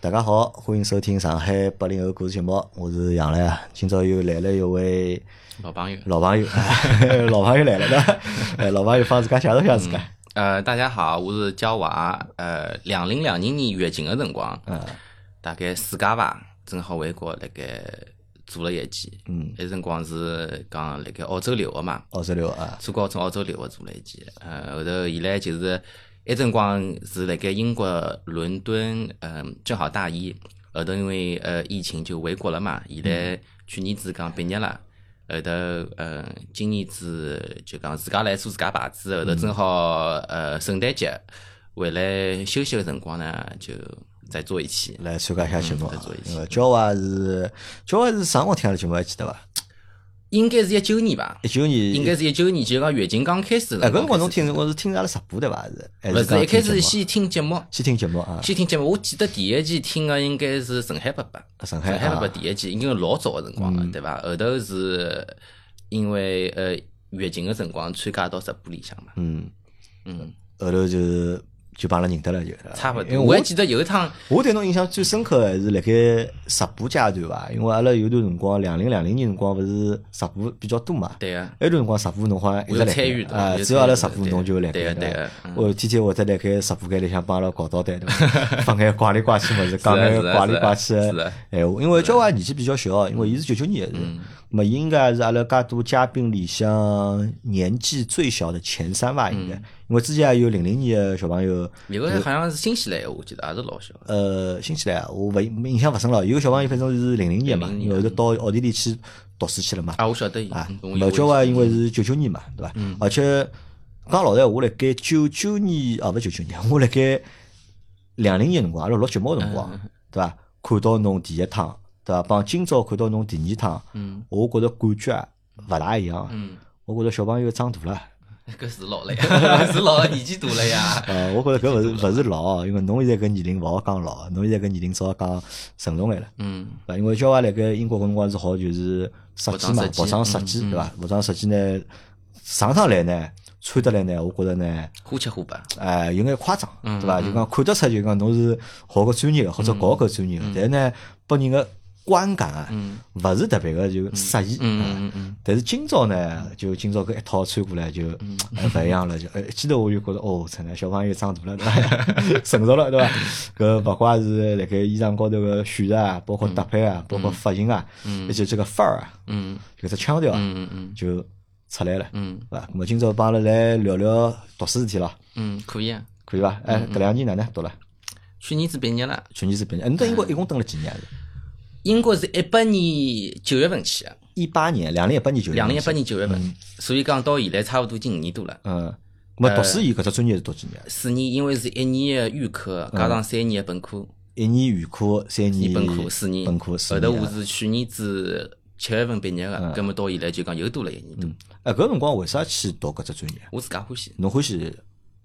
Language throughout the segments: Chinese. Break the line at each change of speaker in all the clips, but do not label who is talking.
大家好，欢迎收听上海八零后故事节目，我是杨澜啊。今朝又来了一位
老朋友，
老朋友， 哎老朋友来 了呢。哎，老朋友帮自家介绍一下自家。
呃，大家好，我是娇娃。呃，两零两零年疫情的辰光，
嗯，
大概暑假伐，正好回国辣盖做了一期。
嗯，
那辰光是讲辣盖澳洲留学嘛，
澳洲六啊，
中国从澳洲留学做了一期。呃，后头伊拉就是一辰光是辣盖英国伦敦，嗯、正好大一，后头因为呃疫情就回国了嘛。伊拉去年子讲毕业了。后头，呃，今年子就讲自家来做自家牌子，后头正好，呃，圣诞节回来休息的辰光呢，就再做一期。
来参加一下节目
嗯
啊
再做一。期
那个娇娃是娇娃是啥辰光听的节目还记得伐？
应该是一九年吧
一，九年，
应该是一九年，就讲月经刚开始的
哎，
辰
搿辰光侬
光
听，我是听阿拉直播对伐？是还
勿
讲
是一开始
听节目
先听
先听
节目，
节目啊，
先听节目。我记得第一期听的应该是《上海爸爸》，
上海嗯
上海爸爸
啊，
第一季应该老早的辰光了，对伐？后头是因为呃月经的辰光参加到直播里向嘛，
嗯，
嗯，
后头就是就帮阿拉认得了，就啊
差勿
因为
多。
我
我还记得有一趟，
我对侬印象最深刻的还是辣盖直播阶段伐，因为阿拉有段辰光，两零两零年辰光勿是直播比较多嘛，
对啊个，
埃段辰光直播侬好像一直
我
辣
有
盖
参与的
啊，
有
只要阿拉直
参与的
播侬就辣盖，
对个对
伐
个。嗯
我天天会得辣盖直播间里向帮阿拉搞到 对伐？放眼怪里怪气物事，讲眼
是的
怪里
是的啊
怪气
是啊嗯
的
的
闲话。因为交关年纪比较小，啊因为伊是九九年的人，那么伊应该是阿拉介多嘉宾里向年纪最小的前三伐，应该。
嗯
因为之前也有零零年的小朋友，
有个好像是新西兰话，我记得也是老小。
呃，新西兰啊我勿印象勿深了。有个小朋友反正是零零年嘛，
00
然
年
后就到奥地利去读书去了嘛。
啊，我晓得伊
啊，，
我
老
有
交关因为是九九年嘛，对伐？而且讲老实闲话，我辣盖九九年啊，勿九九年， 我辣盖两零年辰光，阿拉录节目个辰光，对伐？看到侬第一趟，对伐？帮今朝看到侬第二趟，
嗯
我觉着感觉啊勿大一样啊。
嗯，
我觉着小朋友长大了，
搿是老了呀， 是老了，年纪大了呀。
呃，我觉着搿勿是勿是老，因为侬现在搿年龄勿好讲老，侬现在搿年龄只好讲成熟眼了。
嗯，
对伐？因为交关辣盖英国搿辰光是好就是设计嘛，服
服
装
装
设
设
计
计
对伐？服装设计呢，上趟来呢，穿得来呢，我觉着呢，
呼吃呼吧。
哎，有眼夸张，
嗯
对伐？就讲看得出就讲侬是学搿专业个或者搞搿专业个，
嗯
但是呢，拨人个观感啊，勿是特别个就适意。啊
嗯嗯嗯
但是今朝呢，就今朝搿一套穿过来就哎勿一样了，就哎，一记头我就觉着哦，真的小朋友长大了，对 伐？成熟了，对伐？搿勿怪是辣盖衣裳高头个选择啊，包括搭配啊，包括发型啊，以及这个范儿啊，
嗯
搿只腔调啊，
嗯嗯
就出来了，
嗯
对伐？咾么今朝帮阿拉来聊聊读书事体咯，
嗯，可以啊。
可以伐？哎，搿两年哪能读了？
去年子毕业了，
去年是毕业，哎
嗯
侬在英国一共蹲了几年啊？
英国是一八年九月份去的，
一八年，两零一八年九
两零一八，年九月份，所以讲到现在差不多已经五年多了。
嗯，咾么读书伊搿只专业是读几年啊？
四年，因为是一年的预科，加上三年的本科，
一年预科，三
一
嗯年
本科四年。
本科四
后头
年
我
啊。嗯
是去年子七月份毕业的，葛末到现在就讲又多了一年多。
哎，搿辰光为啥去读搿只专业？
我自家欢喜，
侬欢喜？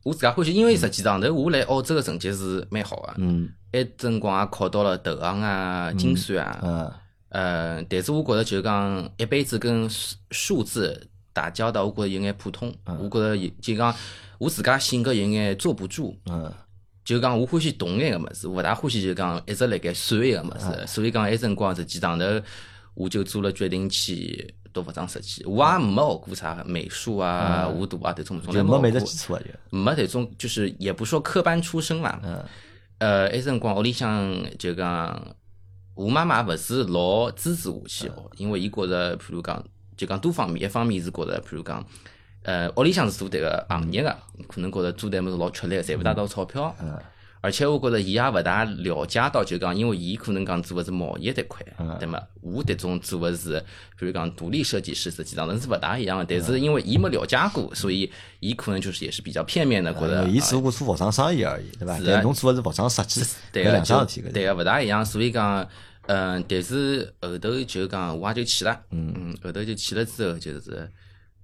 我自家欢喜，因为实际上头我来澳洲的成绩是蛮好的，
嗯
埃辰光也考到了投行啊、精算啊，
嗯
呃，但是我觉着就是讲一辈子跟数数字打交道，我觉着有眼普通，
嗯
我觉着有就讲我自家性格有眼坐不住，
嗯
就讲我欢喜动眼个物事，勿大欢喜就讲一直辣盖算一个物
嗯
事，所以讲埃辰光实际上头，我就做了决定去
嗯
读服装设计。我也没学过啥美术啊、舞蹈啊这种，从来
就嗯没美
没学
的
过
基，础啊，就
没这种就是也不说科班出身啦。
嗯
呃，埃辰光屋里向就讲，我妈妈勿是老支持我去学，
嗯
因为伊觉着，譬如讲，就讲多方面，一方面是觉着，譬如讲，呃，屋里向是做迭个行业个，可能觉着做迭物事老吃力，赚勿大到钞票。
嗯
而且我觉着伊也勿大了解到，就讲，因为伊可能讲做个是贸易迭块，
嗯
对么我迭种做个是，比如讲独立设计师，实际上人是勿大一样的。但
嗯
是因为伊没了解过，所以伊可能就是也是比较片面的，
嗯
觉
因
着。
呃为伊只不过做服装生意而已，对伐？
啊是啊
但侬做的是服装设计，
对
搿
个，
两桩
就
事体搿是。
对啊个，勿大一样，所以讲，嗯，但是后头就讲我也就去了，嗯，后头就去了之后就是，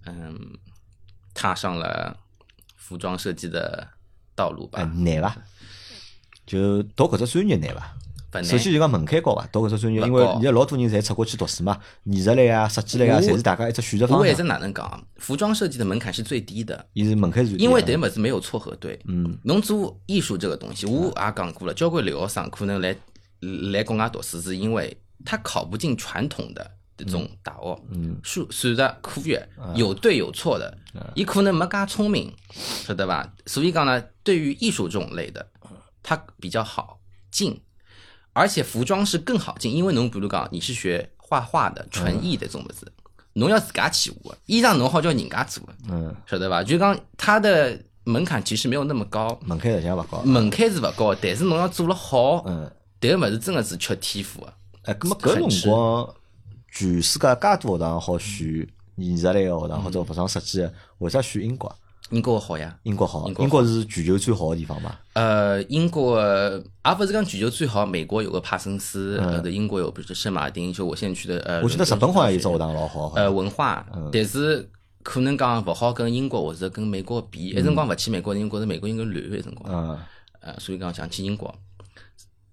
嗯，踏上了服装设计的道路
哎，
吧。
难伐？就读搿只专业难伐？
本来
首先就讲门槛高伐？读搿只专业，因为
勿高
现在老多人侪出国去读书嘛，艺术类啊、设计类啊，
我
侪是大家一只选择
我
方
还
向
是。哪能讲，服装设计的门槛是最低的，
伊是门槛是最低
因为
的
迭物啊事没有错和对。嗯，侬做艺术这个东西，我也讲过了，交关留学生可能来来国外读书，是因为他考不进传统的这种大学，
嗯，
数算术科学有对有错的，伊可能没介聪明，晓得吧？所以讲呢，对于艺术这种类的，它比较好进，而且服装是更好进，因为侬比如讲你是学画画的纯艺的这种物事，侬要自家去画，衣裳侬好叫人家做的，
嗯，
晓得吧？就讲它的门槛其实没有那么高，
门槛实际上勿高，
门槛是勿高，但是侬要做了好，
嗯，
迭个物事真的是缺天赋的。
哎，咁么搿辰光，全世界介多学堂好选艺术类个学堂或者服装设计的，为啥选英国？啊
英国好呀，
英国好，
英国好
英国是全球最好的地方嘛？
呃，英国呃也不是讲全球最好，美国有个帕森斯，呃，对英国有比如说圣马丁，就我现在去的呃，
嗯我记得日本好像有嗯只学堂老好，好
呃
像
文化，但是可能讲勿好跟英国或者跟美国比，一辰光勿去美国，因为觉着美国应该乱一辰光，
嗯
呃，所以讲想去英国，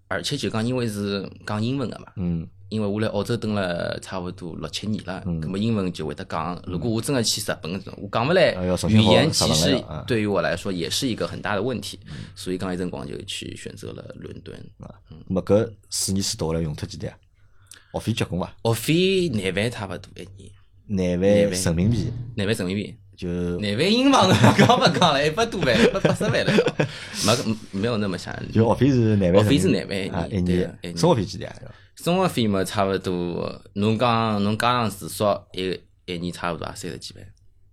而且就讲因为是讲英文的嘛，
嗯
因为我来澳洲蹲了差不多六七年了，那么英文就会得讲。如果我真的去日本，我讲不来
嗯哎呦，首先
语
好
言
日
其
本
实
了嗯啊
对于我来说也是一个很大的问题，所以讲一辰光就去选择了伦敦。
咁么搿四年书读下来用脱几钿啊？学费结棍伐？
学费廿万差不多一年，
廿万
廿万
人民币
廿万人民币，
就
廿万英镑，讲不讲了？一百多万，一百八十万了，没没有那么吓人。
就学费是廿万人民币，
学费是廿万
啊，
一
一
年对一
年
年
生活费几钿啊？
生活费嘛，差不多，侬讲侬加上住宿，一一年差不多也三十几万，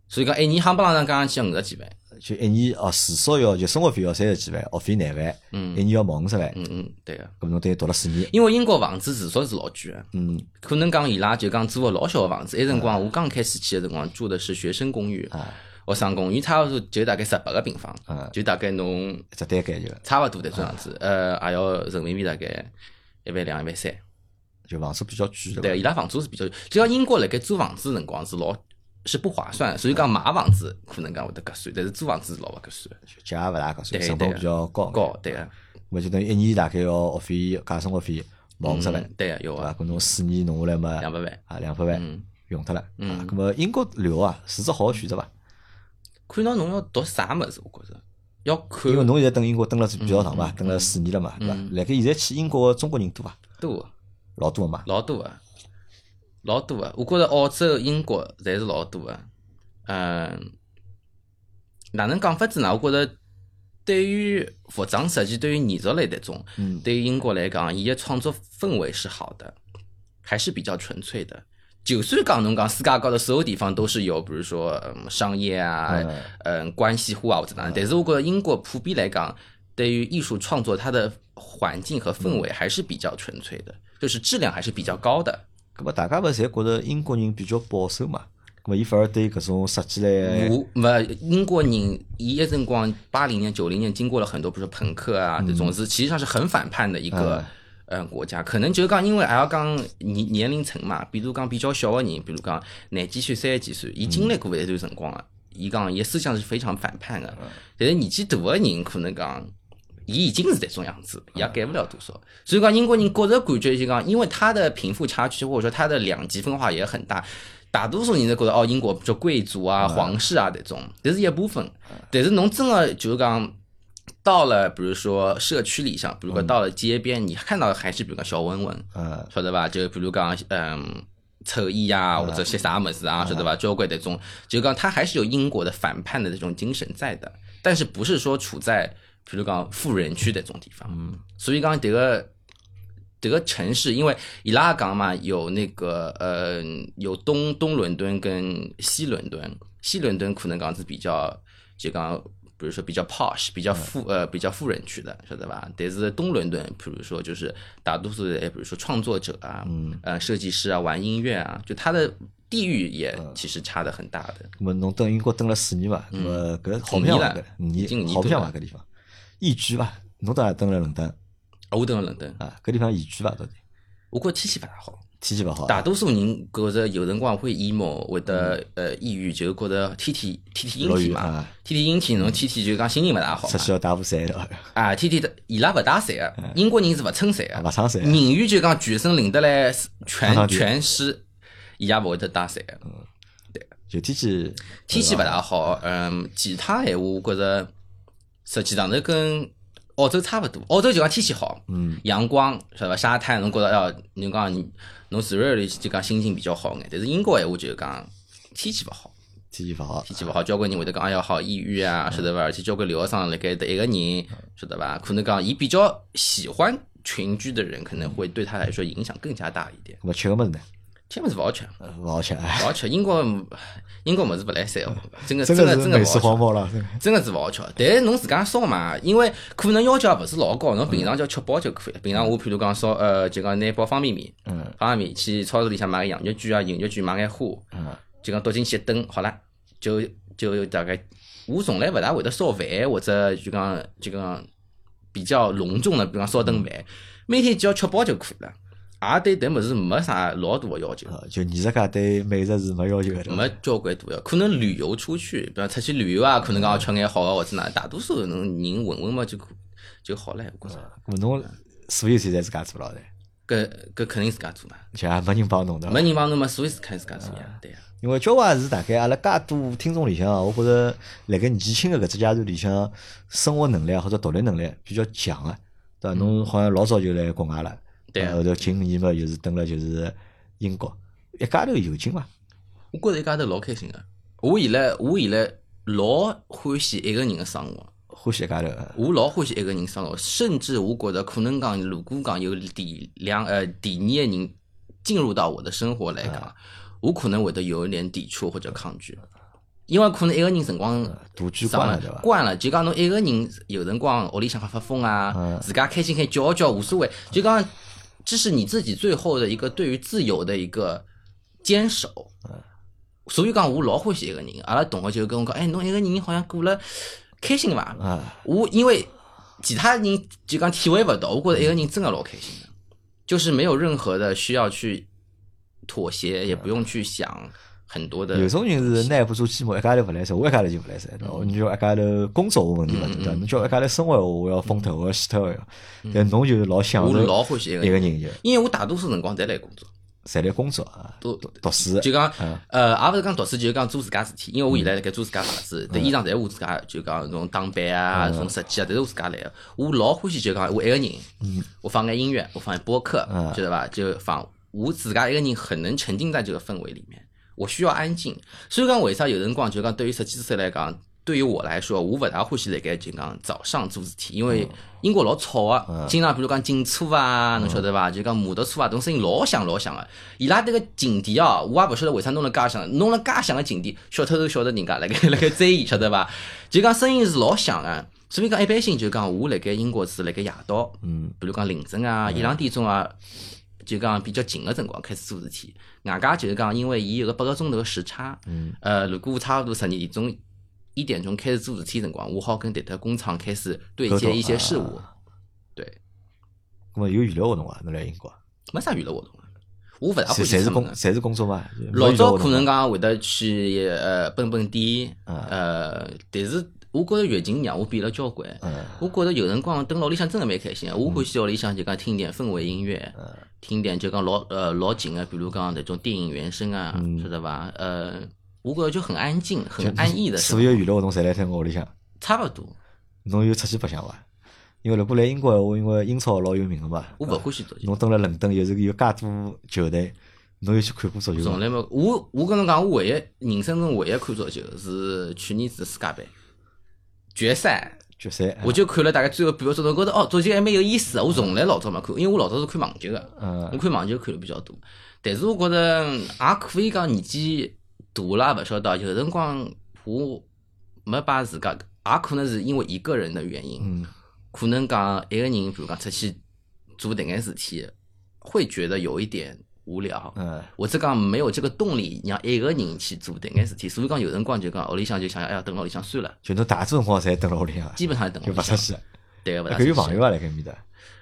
所以讲一年夯不啷当加上去五十几万。
就一年哦，至少要就生活费要三十几万，学费廿万，一年要毛五十万，
嗯嗯，对个、
咁侬等于读了四年，
因为英国房子住宿是老贵的，
嗯
啊可能讲伊拉就讲租个老小个房子。那辰光我刚开始去个辰光住的是学生公寓，学生公寓差不多就大概十八个平方
啊，
就大概侬
一只单间就
差不多迭种样子，呃，也要人民币大概一万两、一万三。
就房租比较贵的，
对，伊拉房租是比较，就像英国辣盖租房子的辰光是老是不划算的，所以讲买房子可能讲会得合算，但是租房子是老勿合算的，
就价也勿大合算，
对
成本
对
比较高，
高对啊个，
咁就等于一年大概要学费加生活费毛五十万，
嗯对个有
对
啊
伐？，咁侬四年弄下来嘛，
两百万，
啊，两百万
嗯
用脱了，啊，咁么英国留学啊是只好个选择伐？
看到侬要读啥物事，我觉着要看
因为侬现在等英国蹲了比较长嘛，蹲了四年了嘛，对伐？辣盖现在去英国个中国人多伐？
多。啊
老多个嘛，
老多个，老多个。我觉着澳洲、英国侪是老多个。啊嗯，哪能讲法子呢？我觉着对于服装设计、对于艺术类迭种，对于英国来讲，伊个创作氛围是好的，还是比较纯粹的。就算讲侬讲世界高头所有地方都是有，比如说嗯商业啊
嗯，
嗯关系户啊或者哪能，但是我觉着英国普遍来讲，对于艺术创作它的环境和氛围还是比较纯粹的，就是质量还是比较高的。
咁么大家勿侪觉着英国人比较保守嘛？咁么伊反而对搿种设计类
我勿英国人，伊一辰光八零年、九零年经过了很多，比如说朋克啊这种是，其实上是很反叛的一个呃国家。可能就是讲，因为还要讲年年龄层嘛，比如讲比较小的人，比如讲廿几岁、三十几岁，伊经历过一段辰光啊，伊讲伊的思想是非常反叛的。但是年纪大的人可能讲。伊已经是这种样子，也改不了多少。所以讲，英国人觉着感觉就讲，因为他的贫富差距或者说他的两极分化也很大，大多数人侪觉着哦，英国就贵族啊、皇室啊这种，这是一部分。但是侬真的就是讲到了，比如说社区里向，比如讲到了街边，你看到的还是比如讲小混混，
呃
晓得伐？就比如讲嗯。臭衣啊，或者些啥么子啊，晓得伐？交关这种，就讲他还是有英国的反叛的这种精神在的，但是不是说处在比如讲富人区这种地方，嗯，所以讲迭个迭个城市，因为伊拉讲嘛，有那个呃，有东东伦敦跟西伦敦，西伦敦可能讲是比较就讲。比如说比较 posh，比较富呃比较富人区的，晓得吧？但是东伦敦，比如说就是大多数的，哎比如说创作者啊，嗯，呃设计师啊，玩音乐啊，就它的地域也其实差的很大的。
咁么侬蹲英国蹲了四年嘛，咁么搿好
五
漂
年
亮
嗯了
搿
已经五
年
年
好
多
漂
了
亮搿地方，宜居伐？侬当然蹲了伦敦
我等了伦敦，
啊，搿地方宜居伐？到底
我觉得天气不大好，
天气勿好啊，
大多数人觉着有辰光会 emo，会得呃抑郁，就觉着天天天天阴
落
天
雨
嘛，
啊，
天天阴天侬天天就讲心情勿大好
出
嘛，
去要打把伞 了，
啊天天的伊拉勿打伞个，英国人是勿撑伞
啊
个，
勿撑伞，
宁愿就讲全身淋得来
上上
全
去
全湿，伊拉勿会得打伞个。
就天气
天气勿大好，嗯，其他闲话我觉着，实际上头跟澳洲差勿多，澳洲就讲天气好，
嗯，
阳光晓得伐？沙滩，侬觉着哦，侬讲你侬 z e r 里就讲心情比较好眼，但是英国闲话就是讲天气勿好，
天气勿好，
天气勿好，交关人会得讲哎呀好抑郁啊，
嗯
晓得伐？而且交关留学生辣盖得一个人，晓得伐？可能讲伊比较喜欢群居的人，可能会对他来说影响更加大一点。
那么吃个么子呢？
这物事勿好吃，
呃勿好吃，哎
勿好吃。英国英国物事勿来三哦， 真 个
真
个
的
真
是
个
美
勿
食
好
荒
吃。
漠了，真的
真个是勿好吃。但是侬自家烧嘛，因为可能要求也勿是老高，侬
嗯
平常就吃饱就可以。平常我譬如讲烧呃，就讲拿包方便面，
嗯
方便面去超市里向买个洋芋卷啊、银芋卷买眼花，
嗯
就讲倒进去一炖，好了，就就大概。我从来勿大会得烧饭，或者就讲就讲比较隆重的，比方烧顿饭，每天只要吃饱就可以了，也对迭物事没啥老大个要求。
呃就艺术家对美食是没要求的，对伐
没交关大要，可能旅游出去，比方出去旅游啊，可能讲吃眼好个或者哪，大多数侬人混混嘛就就好了，我觉着。
咾侬所有事侪自家做牢的，
搿搿肯定自家做嘛，
就也没人帮侬的，
没人帮侬嘛，所以自家自家做呀，对呀。
因为交关是大概阿拉介多听众里向啊，我觉着辣盖年轻的搿只阶段里向，生活能力啊或者独立能力比较强的，对伐？侬好像老早就来国外了，
对啊
呃后头近五年嘛，就是蹲了就是英国，一家头有劲伐？
我觉着一家头老开心个，我现在我现在老欢喜一个人个生活，
欢喜一家头，呃
我老欢喜一个人生活，甚至我觉着可能讲，如果讲有第两呃第二个人进入到我的生活来讲，我可能会得有一点抵触或者抗拒，因为可能一个人辰光
独居
长
惯
了
了对伐？
惯了，就讲侬一个人有辰光屋里向发发疯啊
嗯，
自家开心开叫一叫无所谓，就讲这是你自己最后的一个对于自由的一个坚守。
嗯
所以讲，我老欢喜一个人。阿拉同学就跟我讲，哎，侬一个人好像过了开心伐？
啊，
我因为其他人就讲体会不到，我觉得一个人真的老开心的，就是没有任何的需要去妥协，也不用去想很多的。
有种人是耐不住寂寞，一家头勿来塞，我一家头就勿来塞，对伐？你叫一家头工作我问题勿大，对伐？侬叫一家头生活我要疯脱，我要死脱个，但侬就是老享
我
受
老欢喜一个
一个
人，
人就，
因为我大多数辰光侪来工作，
侪来工作啊，
都
读读书，
就讲
嗯
呃，也勿是讲读书，就是讲做自家事体。因为我现在辣盖做自家牌
嗯
子，对衣裳侪我自家，就讲从打版啊，从设计啊，侪是我自家来个。我老欢喜就讲我一个人，我放眼音乐，我放眼播客
嗯，
晓得伐？就放我自家一个人，很能沉浸在这个氛围里面。我需要安静，所以讲为啥有辰光就讲对于设计师来讲，对于我来说，我勿大欢喜辣盖就讲早上做事体，因为英国老吵啊，经常比如讲警车啊，侬晓得伐？就讲摩托车啊，种声音老响老响个。伊拉迭个警笛啊，我也勿晓得为啥弄了介响，弄了介响个警笛，小偷都晓得人家辣 盖辣盖追伊，晓得伐？就讲声音是老响个。所以讲一般性就讲我辣盖英国是辣盖夜到，
嗯，
比如讲凌晨啊、一两点钟啊，就讲比较近个辰光开始做事体。外加就是讲，因为伊有个八个钟头个时差，
嗯，
呃，如果我差勿多十二点钟、一点钟开始做事体辰光，我好跟迭个工厂开始对
沟
接
通
一些事务，
啊
对，
那么有娱乐活动伐？侬来英国，
没啥娱乐活动啊。我勿大
侪
欢喜
侪
出
是
门
工
啊。
侪是工作嘛？没
老
娱乐
早
活动
可能
伐
讲会得去呃蹦蹦迪，
嗯
呃，但是我觉着疫情让我变了交关。
嗯
我觉着有辰光蹲辣屋里向真的蛮开心啊的，我欢喜屋哦里向就讲听点氛围音乐，听点就讲老呃老近的，比如讲那种电影原声啊，晓得伐？呃，我觉着就很安静、很安逸的生
所
活，
有娱乐活动侪来听我屋里向，
差勿多。
侬有出去白相伐？因为如果来英国闲话，因为英超老有名个嘛，啊
我勿欢喜足球，
侬蹲辣伦敦有是有介多球队，侬有去看过足球啊
从
伐？
来没。我我跟侬讲，我唯一人生中唯一看足球是去年子世界杯决赛。
决赛，
我就看了大概最后半个钟头，觉得哦，足球还蛮有意思的。我从来老早没看，因为我老早是看网球的，我
嗯，
看网球看的比较多。但是我觉得也可以讲年纪大了，勿晓得有辰光我没把自家，也可能是因为一个人的原因
嗯，
可能讲一个人，比如讲出去做迭眼事体，会觉得有一点无聊。
嗯，
我只讲没有这个动力，让一个人去做迭眼事体，所以讲有辰光就讲屋里向就想，哎呀，等屋里向算了，
就侬大多辰光侪蹲辣屋里向，
基本上等
啊 就哎
屋
勿
里
出
向。
去。啊
对个，勿大
搿有
出去
朋友啊伐？辣搿面搭，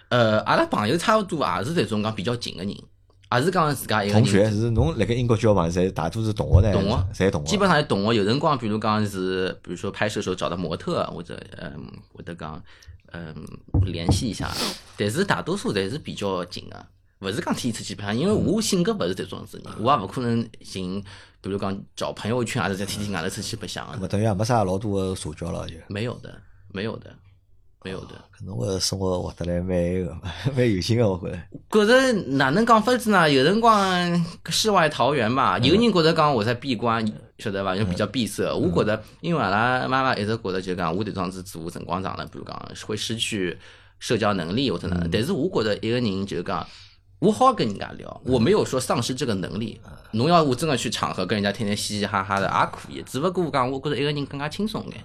呃，阿拉朋友差勿多也是这种讲比较近个人，也是讲自家一个
同
人。
学是侬辣盖英国交朋友，侪大多是同学呢，
同学
侪同学，啊
基本上是同学，有辰光，比如讲是，比如说拍摄时候找到模特，或者嗯，或者讲嗯联系一下，但是大多数侪是比较近个、勿是讲天天出去拍，因为我性格勿是这种子人，我也勿可能寻，比如讲找朋友啊
嗯
圈，也是在天天外头出去白相啊
咾么
的，
等于也没啥老多个社交了，就
没有的，没有的。蛮有的。
搿侬个生活活得来蛮那个嘛，蛮有劲个，我觉着。
觉着哪能讲法子呢？有辰光搿世外桃源吧，有人觉着讲我在闭关，晓得伐？就比较闭塞。我觉着，因为阿拉妈妈一直觉着就讲我迭桩子做辰光长了，比如讲会失去社交能力或者哪能。但是我觉着一个人就讲。我好跟人家聊，我没有说丧失这个能力。侬要我真的去场合跟人家天天嘻嘻哈哈的也可以，只不过讲我觉着一个人更加轻松眼。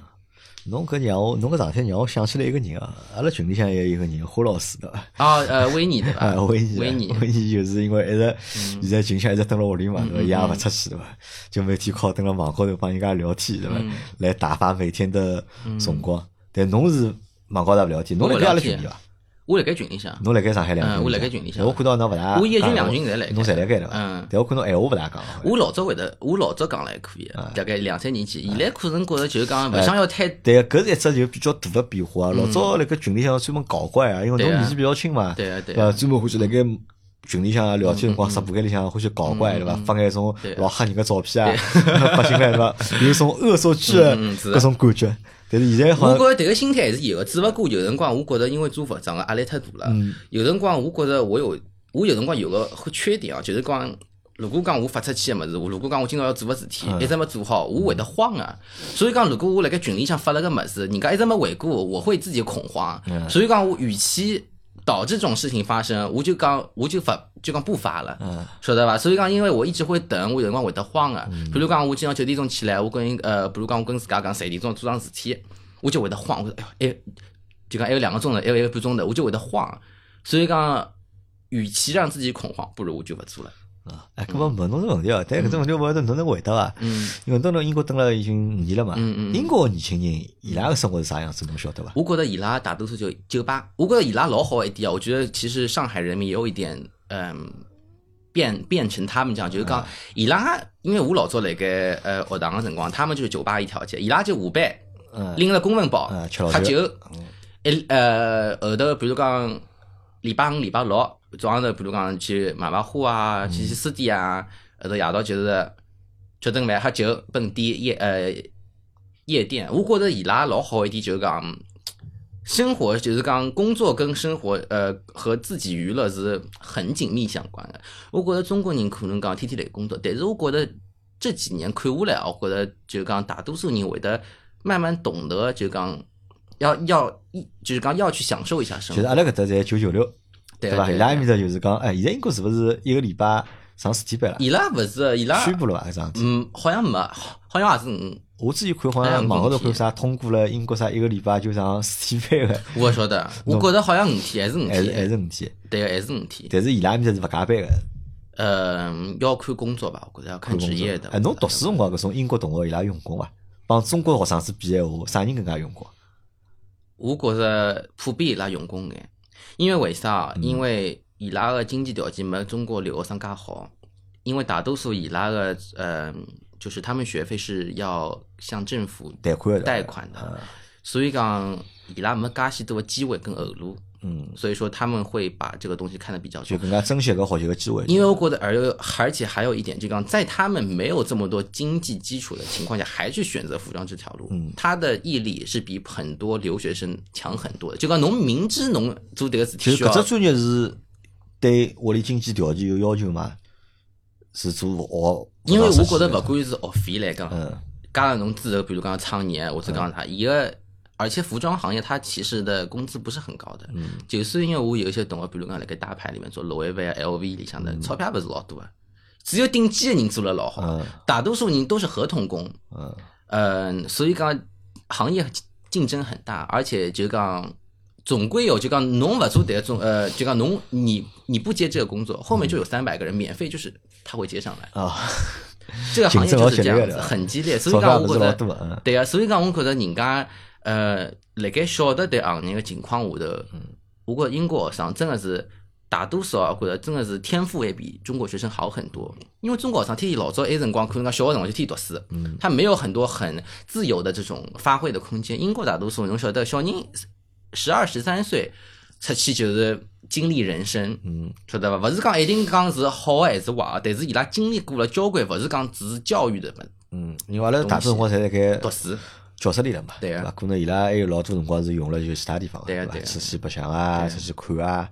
侬搿让我，侬搿上天让我想起来一个人啊，阿拉群里向也有一个人，花老师对伐？
啊，呃，维尼对
啊
吧？，
维尼啊，
维尼嗯
维尼就是因为一直现在群像一直蹲辣屋里嘛，对伐？伊也勿出去对伐？就每天靠蹲辣网高头帮人家聊天对伐？
嗯
来打发每天的辰光。但侬是网高头也勿聊天，侬辣盖阿拉群里伐？
我辣盖群里向，
侬辣盖上海两群里向，
嗯我辣盖群里向
我看到侬勿大，啊
我一群两群侪辣盖
侬侪辣盖对伐？
嗯
但我看侬闲话勿大讲。
我老早会得，我老早讲了还可以，大概两三年前，现在可能觉着就是讲勿想要太
对，搿是一只就比较大的变化啊。老早辣盖群里向专门搞怪啊，因为
嗯对
侬
啊
年纪比较轻嘛，
对啊嗯对啊
伐？专门欢喜辣盖群里向啊聊天辰光，直播间里向欢喜搞怪对伐？发眼种
嗯对啊
老吓人个照片啊， 发进来对伐？有一种恶作剧的
嗯嗯是啊
搿种感觉。但是现在好
我觉
像
着迭个心态还是有的，只勿过有辰光我觉着因为做服装个压力太大了，有辰光我觉着我有我有辰光有个缺点啊，就是讲。如果讲我发出去个物事，我如果讲我今朝要做个事体，一直没做好，我会得慌啊。所以讲，如果我辣盖群里向发了个物事，人家一直没回过我，我会自己恐慌。所以讲，我与其导致这种事情发生，我就讲我就发就讲不发了。
嗯
晓得伐？所以讲，因为我一直会等，我有辰光会得慌个、比如讲，我今朝九点钟起来，我跟呃，比如讲我跟自家讲十点钟做桩事体，我就会得慌。我说哎呦，哎，就讲还有两个钟头，还有一个半钟头，我就会得慌。所以讲，与其让自己恐慌，不如我就勿做了。
啊，哎，搿么问侬个问题哦，但搿种问题我勿晓得侬能回答伐？
嗯，
因为侬辣英国蹲了已经五年了嘛，
嗯嗯
英国的年轻人伊拉个生活是啥样子，侬晓得伐？
我觉得伊拉大多数就酒吧，我觉得伊拉老好一点啊。我觉得其实上海人民也有一点，嗯，变变成他们这样，就是
哎
讲伊拉，因为我老早辣盖呃学堂个辰光，他们就是酒吧一条街，伊拉就下班。
嗯，
拎了公文包
嗯吃老
喝
酒
酒，一呃后头比如讲礼拜五、礼拜六早上头，比如讲去买买花啊，去去书店啊，后头夜到就是吃顿饭、喝酒、蹦迪、夜呃夜店。我觉着伊拉老好一点，就是讲。生活就是讲工作跟生活，呃，和自己娱乐是很紧密相关的。我觉着中国人可能讲天天来工作，但是我觉着这几年看下来啊，我觉着就讲大多数人会得慢慢懂得，就讲要要一就是讲要去享受一下生
其实
活，
阿拉搿搭侪九九六，
对啊
伐？
对
伊拉埃
对
面搭就是讲，哎，现在英国是勿是一个礼拜上四天班了？
伊拉勿是伊拉，
宣布了伐？搿桩事。
嗯，好像没，好好像也是嗯，
我之前看好
哎
像
我
网高头
懂
看啥通过了英国啥一个礼拜就上四天 班
我晓得，我觉着好像五天还是五
个，嗯还是还
天，
是五天。
对，还是五天，
但是伊拉埃面搭是勿加班个，
嗯，要看工作吧，我觉着要看
看工
职
作
业的。
哎，侬读书辰光搿种英国同学伊拉用功伐？帮中国学生子比闲话，啥人更加用功？
我觉着普遍伊拉用功眼，因为为
嗯
啥？因为伊拉个经济条件没中国留学生介好，因为大多数伊拉个呃，就是他们学费是要向政府
贷款的
贷款
嗯
的，所以讲伊拉没介许多个机会跟后路，
嗯，
所以说他们会把这个东西看得比较重
就。更加珍惜搿学习个机会。
因为我觉得，而又而且还有一点，就讲在他们没有这么多经济基础的情况下，还去选择服装这条路，
嗯
他的毅力是比很多留学生强很多的。就讲侬明知侬做迭个事
就
体
是
需要
搿只专业是对屋里经济条件有要求嘛？是做学，
因为我
学
觉得
设
勿
计
管是学费来讲，
嗯
加上侬之后，比如讲创业或者讲啥，伊个而且服装行业它其实的工资不是很高的。
嗯
就是因为我有一些同学，比如讲辣盖大牌里面做 l o u i v 啊、LV 里向的，钞票勿是老多的，啊只有顶尖的人做了老好
嗯嗯，
大多数人都是合同工。
嗯
嗯，所以讲行业竞争很大，而且就讲总归有就讲侬勿做迭个种呃，就讲侬你你不接这个工作，后面就有三百个人免费就是他会接上来，
啊，
这个行业
竞争
就
老
是这
激烈
样子，
了
很激烈。所
钞
以
票
讲我
勿
觉
是老
得，
多嗯。
对啊，所以讲我觉得人家呃，辣盖晓得迭行业个情况下头，我觉得英国学生真的是。大多数啊，我觉得真的是天赋也比中国学生好很多，因为中国学生天天老早埃辰光可能讲小学辰光就天天读书，他没有很多很自由的这种发挥的空间。英国大多数侬晓得，小人十二十三岁出去就是经历人生，嗯，晓得伐？勿是讲一定讲是好还是坏，但是伊拉经历过了交关，勿是讲只是教育的本
嗯，因为阿拉大部分辰光侪在盖
读书，
教室里了嘛，
对啊
伐？可能伊拉还有老多辰光是用了就其他地方，
对啊
伐
对啊
出去白相啊，出去看啊，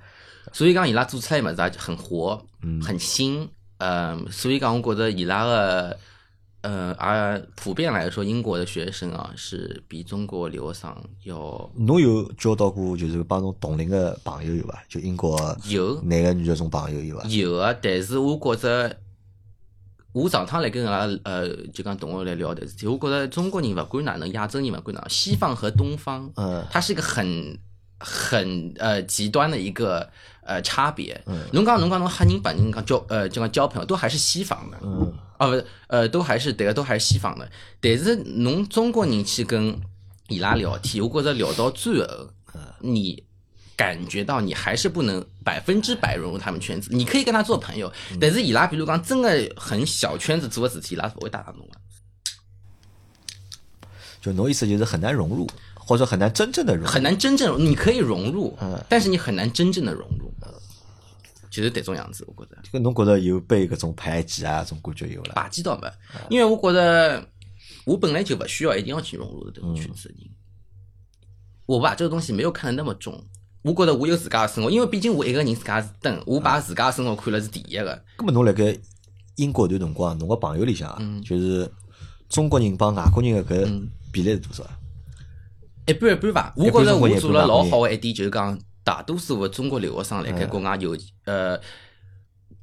所以讲伊拉做出来物事也很活，很新，嗯，所以讲我觉得伊拉的，呃，啊，普遍来说，英国的学生啊是比中国留学生要
侬有交到过就是帮侬同龄的朋友有伐？就英国
有
男个女个种朋友有伐？
有啊，但是我觉着，我上趟来跟阿拉呃，就讲同学来聊的事体，我觉着中国人勿管哪能，亚洲人勿管哪能，西方和东方，
嗯，
它是一个很很呃极端的一个呃差别。
嗯
侬讲侬讲侬黑人白人讲交呃就讲交朋友都还是西方的，
嗯
啊不呃都还是对个都还是西方的，但是侬中国人去跟伊拉聊天，我觉着聊到最后，你。感觉到你还是不能百分之百融入他们圈子，你可以跟他做朋友，
嗯
但是伊拉比如讲真的很小圈子做的事体，伊拉是不会打打侬的。
就侬意思就是很难融入，或者很难真正的融入。
很难真正融，你可以融入，但是你很难真正的融入，就是得这种样子，我觉得
搿侬觉着有被搿种排挤啊，种感觉有了？
把击到没，因为我觉得我本来就不需要一定要去融入这种圈子里，我把这个东西没有看得那么重。我觉得我有自家的生活，因为毕竟我一个人自家是等，我把自家的生活看了是第一个。
咁么侬辣盖英国段辰光，侬个朋友里向啊，
嗯
就是中国人帮外国人个搿比例是多少啊？
一半一半吧。我
一半哎
觉
中
着
国
我
人
做
一半外
了老
国人
好的一点，就是讲大多数的中国留学生
哎
来盖国外有呃，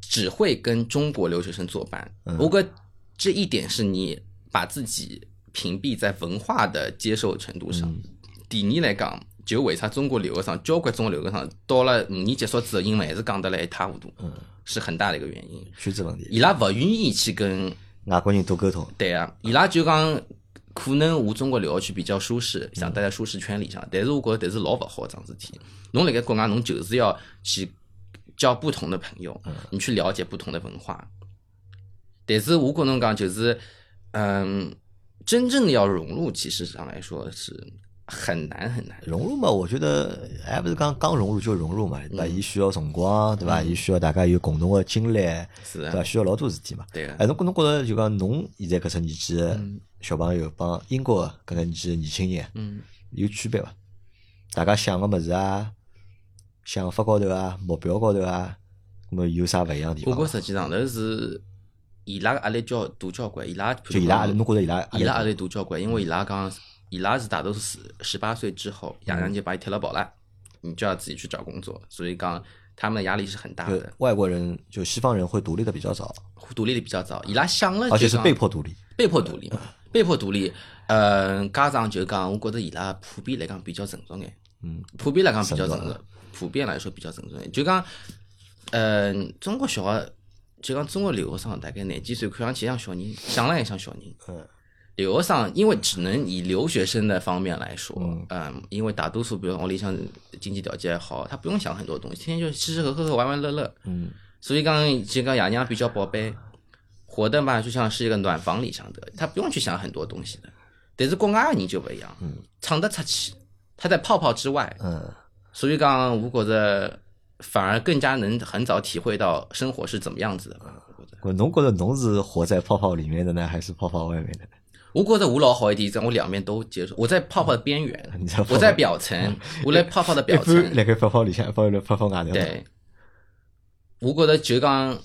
只会跟中国留学生作伴。
嗯
我觉得这一点是你把自己屏蔽在文化的接受程度上。
嗯
第二来讲，就为啥中国留学生交关中国留学生到了五年结束之后，英文还是讲得来一塌糊涂，是很大的一个原因。
圈嗯子问题，
伊拉勿愿意去跟
外国人多沟通。
对啊，伊拉就讲可能我中国留学去比较舒适，想待在舒适圈里向，但是我觉得但是老勿好桩事体。侬辣盖国外，侬就是要去交不同的朋友，
嗯
你去了解不同的文化。但是我跟侬讲，就是嗯，真正的要融入，其实上来说是很难很难。
融入嘛，我觉得哎还不是讲刚融入就融入嘛，对伐？
嗯
伊需要辰光，对伐？伊需要大家有共同的经历，
是
对
啊
伐？需要老多事体嘛。
对啊
哎，侬侬觉着就讲侬现在搿只年纪的小朋友帮英国搿个年纪的年轻人
嗯，
有区别伐？大家想个物事啊，想法高头啊，目标高头啊，那么有啥勿一样的地
不
方
过
伐？
实际上头是伊拉个压力较大交关，伊拉
就伊拉压力，侬觉着伊拉
伊拉压
力
力大交关，因为伊拉讲，伊拉是大多数十十八岁之后，爷
嗯
娘就把你踢了跑了，你就要自己去找工作，所以讲他们的压力是很大
大就
的。
外国人就西方人会独立的比较早，
独立的比较早，伊拉想了
而且
就是讲
被迫独立。
被迫独立嘛，被迫独立。呃，家长就讲，我觉得伊拉普遍来讲比较成熟眼，
嗯，
普遍来讲比较成
成熟
熟，普遍来说比较成熟眼。就讲，呃，中国小孩，就讲中国留学生大概廿几岁，看上去像小人，想了也像小人。
嗯，
留学生，因为只能以留学生的方面来说，嗯，因为大多数，比如屋里向经济条件好，他不用想很多东西，天天就吃吃喝喝、玩玩乐乐，
嗯，
所以讲就讲爷娘比较宝贝，活的嘛就像是一个暖房里向的，他不用去想很多东西的。但是国外的人就不一样，嗯，闯得出去，他在泡泡之外，
嗯，
所以讲我觉着反而更加能很早体会到生活是怎么样子的。我觉着，
我侬觉着侬是活在泡泡里面的呢，还是泡泡外 面的呢？
我觉着我老好一点，我两面都接受，我在泡泡的边缘，
你在泡泡
我在表 层，我在泡泡的
一
表层
般，辣盖泡泡里向，一般辣泡泡外头。，
对，我觉得就讲，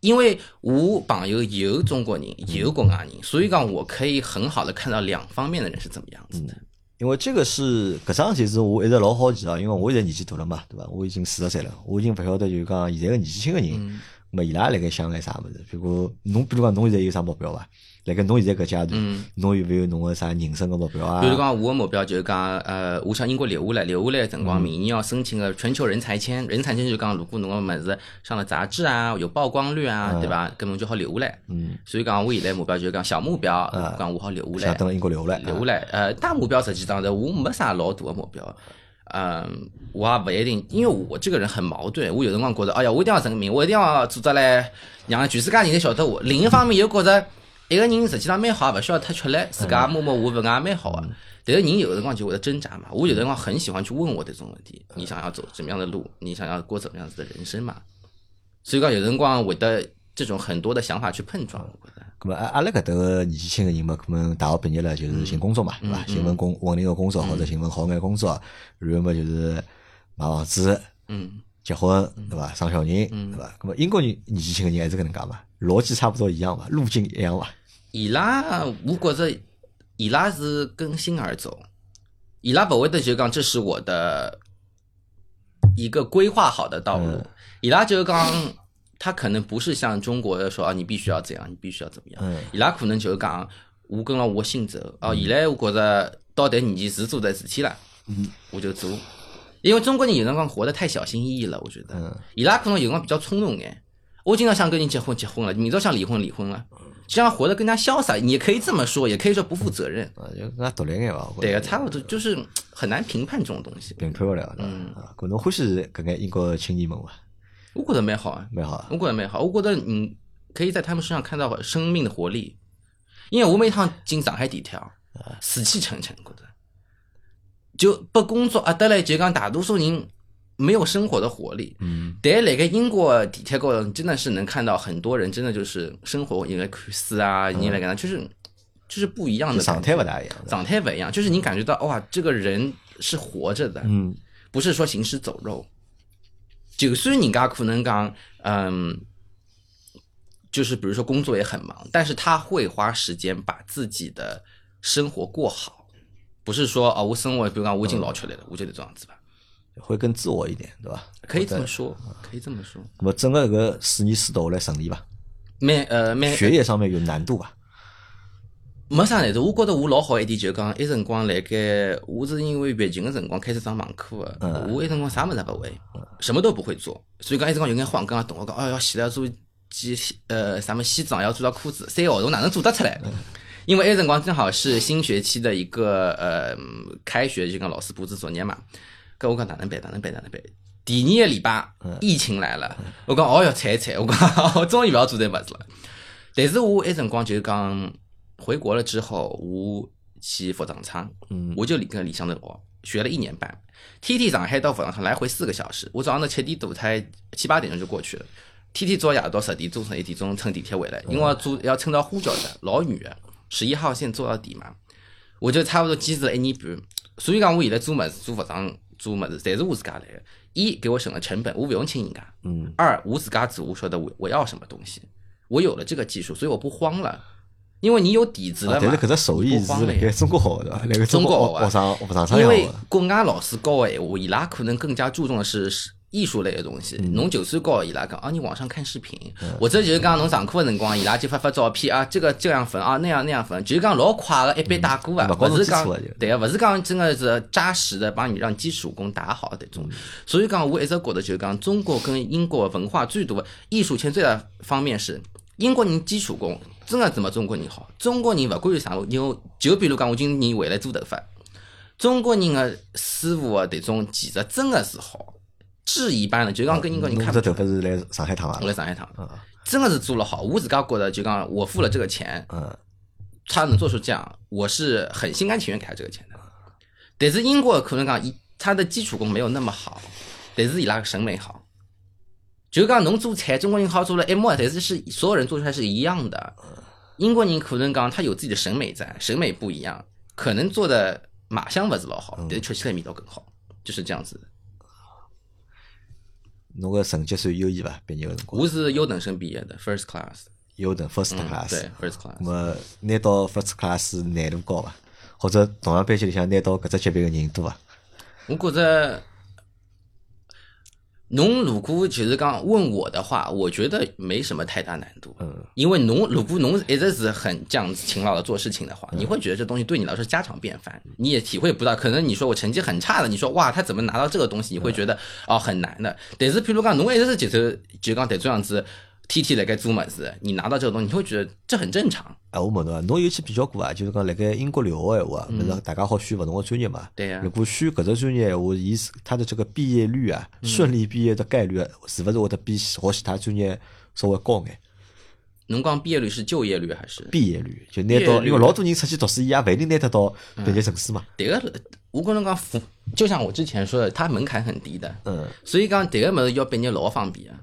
因为我朋友有中国人，有国外
嗯
人，所以讲我可以很好的看到两方面的人是怎么样子
嗯
的。
因为这个是搿桩事体是我一直老好奇啊，因为我现在年纪大了嘛，对伐？我已经四十岁了，我已经勿晓得就是讲现在个年轻个
嗯
人，咹伊拉辣盖想眼啥物事？比如侬，比如讲侬现在有啥目标伐？辣盖侬现在搿阶段，侬有没有侬个啥人生个目标啊？
嗯比如讲，我的目标就是讲，呃，我想英国留下来，留下来的辰光，
嗯
明年要申请个全球人才签。人才签就是讲，如果侬个物事上了杂志啊，有曝光率啊，对伐？搿么就好留下来。
嗯，啊
所以讲，我现在目标就是讲小目标，讲我好留下来
想。等英国留下来。
留下来。呃，大目标实际上呢，我没啥老大的目标。嗯，我也不一定，因为我这个人很矛盾。我有辰光觉得，哎呀，我一定要成名，我一定要做得来，让全世界人侪晓得我。另一方面又觉得，一个人实际上蛮好，勿需要太吃力，自家默默无闻也蛮好啊。但是人有辰光就会得挣扎嘛。我有辰光很喜欢去问我这种问题：你想要走什么样的路？你想要过怎么样子的人生嘛？所以讲有辰光会得这种很多的想法去碰撞。我觉得
咁么阿阿拉搿搭个年纪轻个人嘛，可能大学毕业了就是寻工作嘛，对
嗯
伐？寻份工稳定个工作或者寻份好眼工作，然后嘛就是买房子、
嗯，
结婚，对伐？生小人，对伐？咁么英国人年纪轻个人还是搿能介嘛，逻辑差不多一样嘛，路径一样嘛。
伊拉我觉着伊拉是跟心而走，伊拉勿会得就讲这是我的一个规划好的道路，伊拉就讲他可能不是像中国的说啊你必须要怎样，你必须要怎么样，
嗯
伊拉可能就是讲我跟牢我心走，哦，现在我觉着到迭年纪是做的事体了，
嗯，
我就做。因为中国人有辰光活得太小心翼翼了，我觉得，
嗯
伊拉可能有辰光比较冲动眼。我今朝想跟你结婚，结婚了；明朝想离婚，离婚了。这样活得更加潇洒，你也可以这么说，也可以说不负责任。
啊，就搿独立眼伐？我觉
对
得
个，差不多就是嗯很难评判这种东西。
评判勿了，对
嗯
伐？啊搿侬欢喜搿眼英国青年们伐？
我觉得蛮好啊，
蛮好啊
我。觉得蛮好。我觉得你可以在他们身上看到生命的活力。因为我每趟进上海地铁啊，死气沉沉，觉得就被工作啊压得来，就讲大多数人没有生活的活力。
嗯
但辣盖英国地铁高头，真的是能看到很多人，真的就是生活人来看书啊，人来干啥，就是就是不一样
嗯就
的
状态勿大一样。
状态不一样，就是你感觉到哇，这个人是活着的，
嗯
不是说行尸走肉。就算人家可能讲，嗯，就是比如说工作也很忙，但是他会花时间把自己的生活过好，不是说哦，我生活，比如讲我已经老出来了，我就得这样子吧，
会更自我一点，对伐？
可以这么说，可以这么说。
那么整个搿四年四读下来顺利伐？
蛮呃蛮
学业上面有难度伐？
没啥难度，我觉得我老好一点，就讲一辰光辣盖，我是因为疫情个辰光开始上网课个，我一辰光啥物事也勿会，什么都不会做，所以讲一辰光有眼慌，跟阿同学讲，哦要洗了做几呃啥么西装，要做到裤子，三个号头哪能做得出来？因为那辰光正好是新学期的一个呃嗯开学，就跟老师布置作业嘛，跟我讲哪能办，哪能办，哪能办。第二个礼拜，疫情来了，我讲哦哟惨惨，我讲 我终于不要做这物事了。但是我那辰光就是讲回国了之后，我去服装厂，
嗯
我就里跟里向头学，学了一年半，天天上海到服装厂来回四个小时，我早上头七点多才七八点钟就过去了，天天早夜到十点钟十一点钟乘地铁回来，因为要坐要乘到呼叫站，老远的，十一号线坐到底嘛，我就差不多坚持了一年半，所以讲我现在做么子做服装做么子，侪是我自家来的，一给我省了成本，我不用请人家。
嗯，
二，我自家做，我晓得我我要什么东西，我有了这个技术，所以我不慌了，因为你有底子了
啊
嘛。
但是搿只手艺
你不
是
慌
辣
了
盖
呀
中国学的，对伐？辣盖
中
国
国学
学
啊
上学上上
因
上
为
学的。
国外老师教的闲话，伊拉可能更加注重的是是艺术类的东西。
嗯
侬就算教伊拉讲啊，你网上看视频，或者就是讲侬上课的辰光，伊拉就发发照片啊，这个这样分啊，那样那样分，就是讲老快的，一笔带过啊
嗯，勿
勿
光是基
是
础
讲
啊就
对个，勿是讲真的是扎实的帮你让基础功打好的这种。所以讲，我一直觉得就是讲中国跟英国文化最大的艺术圈最大的方面是。英国人基础功真的怎么中国人好？中国人勿管有啥路，有就比如讲，我今年回来做头发，中国人的师傅的迭种技术真的是好，质一般的，就讲跟英国人
侬
看
搿
不
只头
出
发
来。
是来上海烫伐
我？来上海趟
嗯，
真的是做了好。我自家觉得就讲，我付了这个钱，
嗯，
他能做出这样，我是很心甘情愿给他这个钱的。但是英国可能讲，伊他的基础功没有那么好，但是伊拉个审美好。就讲侬做菜，中国人好做了一模，但是是所有人做出来是一样的。英国人可能讲他有自己的审美在，审美不一样，可能做的马相勿是老
嗯
好，但是吃起来味道更好，就是这样子的。
侬个成绩算优异伐？毕业个辰光，
我是优等生毕业的，first class，
优等 first
嗯
class，
对，first
那
class。
么拿到 first class 难度高伐？或者同样班级里向拿到搿只级别个人多伐？
我觉着，侬如果就是讲问我的话，我觉得没什么太大难度。
嗯，
因为侬如果侬一直是很这样子勤劳的做事情的话，
嗯
你会觉得这东西对你来说家常便饭，你也体会不到。可能你说我成绩很差的，你说哇他怎么拿到这个东西，你会觉得
嗯
哦很难的。但是譬如讲侬一直是就是就讲得这样子天天辣盖做么子，你拿到这个东西，你会觉得这很正常。
哎，我问侬啊，侬有去比较过伐？就是讲辣盖英国留学个闲话，啊勿是大家好选勿同个专业嘛？
嗯对呀
如果选搿只专业，我伊是他的这个毕业率啊，
嗯
顺利毕业的概率啊，是勿是会得比学其他专业稍微高眼？
侬讲毕业率是就业率还是？
毕业率就拿
毕业嗯
到，
率
因为老多人出去读书，伊也勿一定拿得到毕业证书嘛。
迭个我跟侬讲，服就像我之前说的，它门槛很低的，
嗯，
所以讲迭个物事要毕业老方便啊。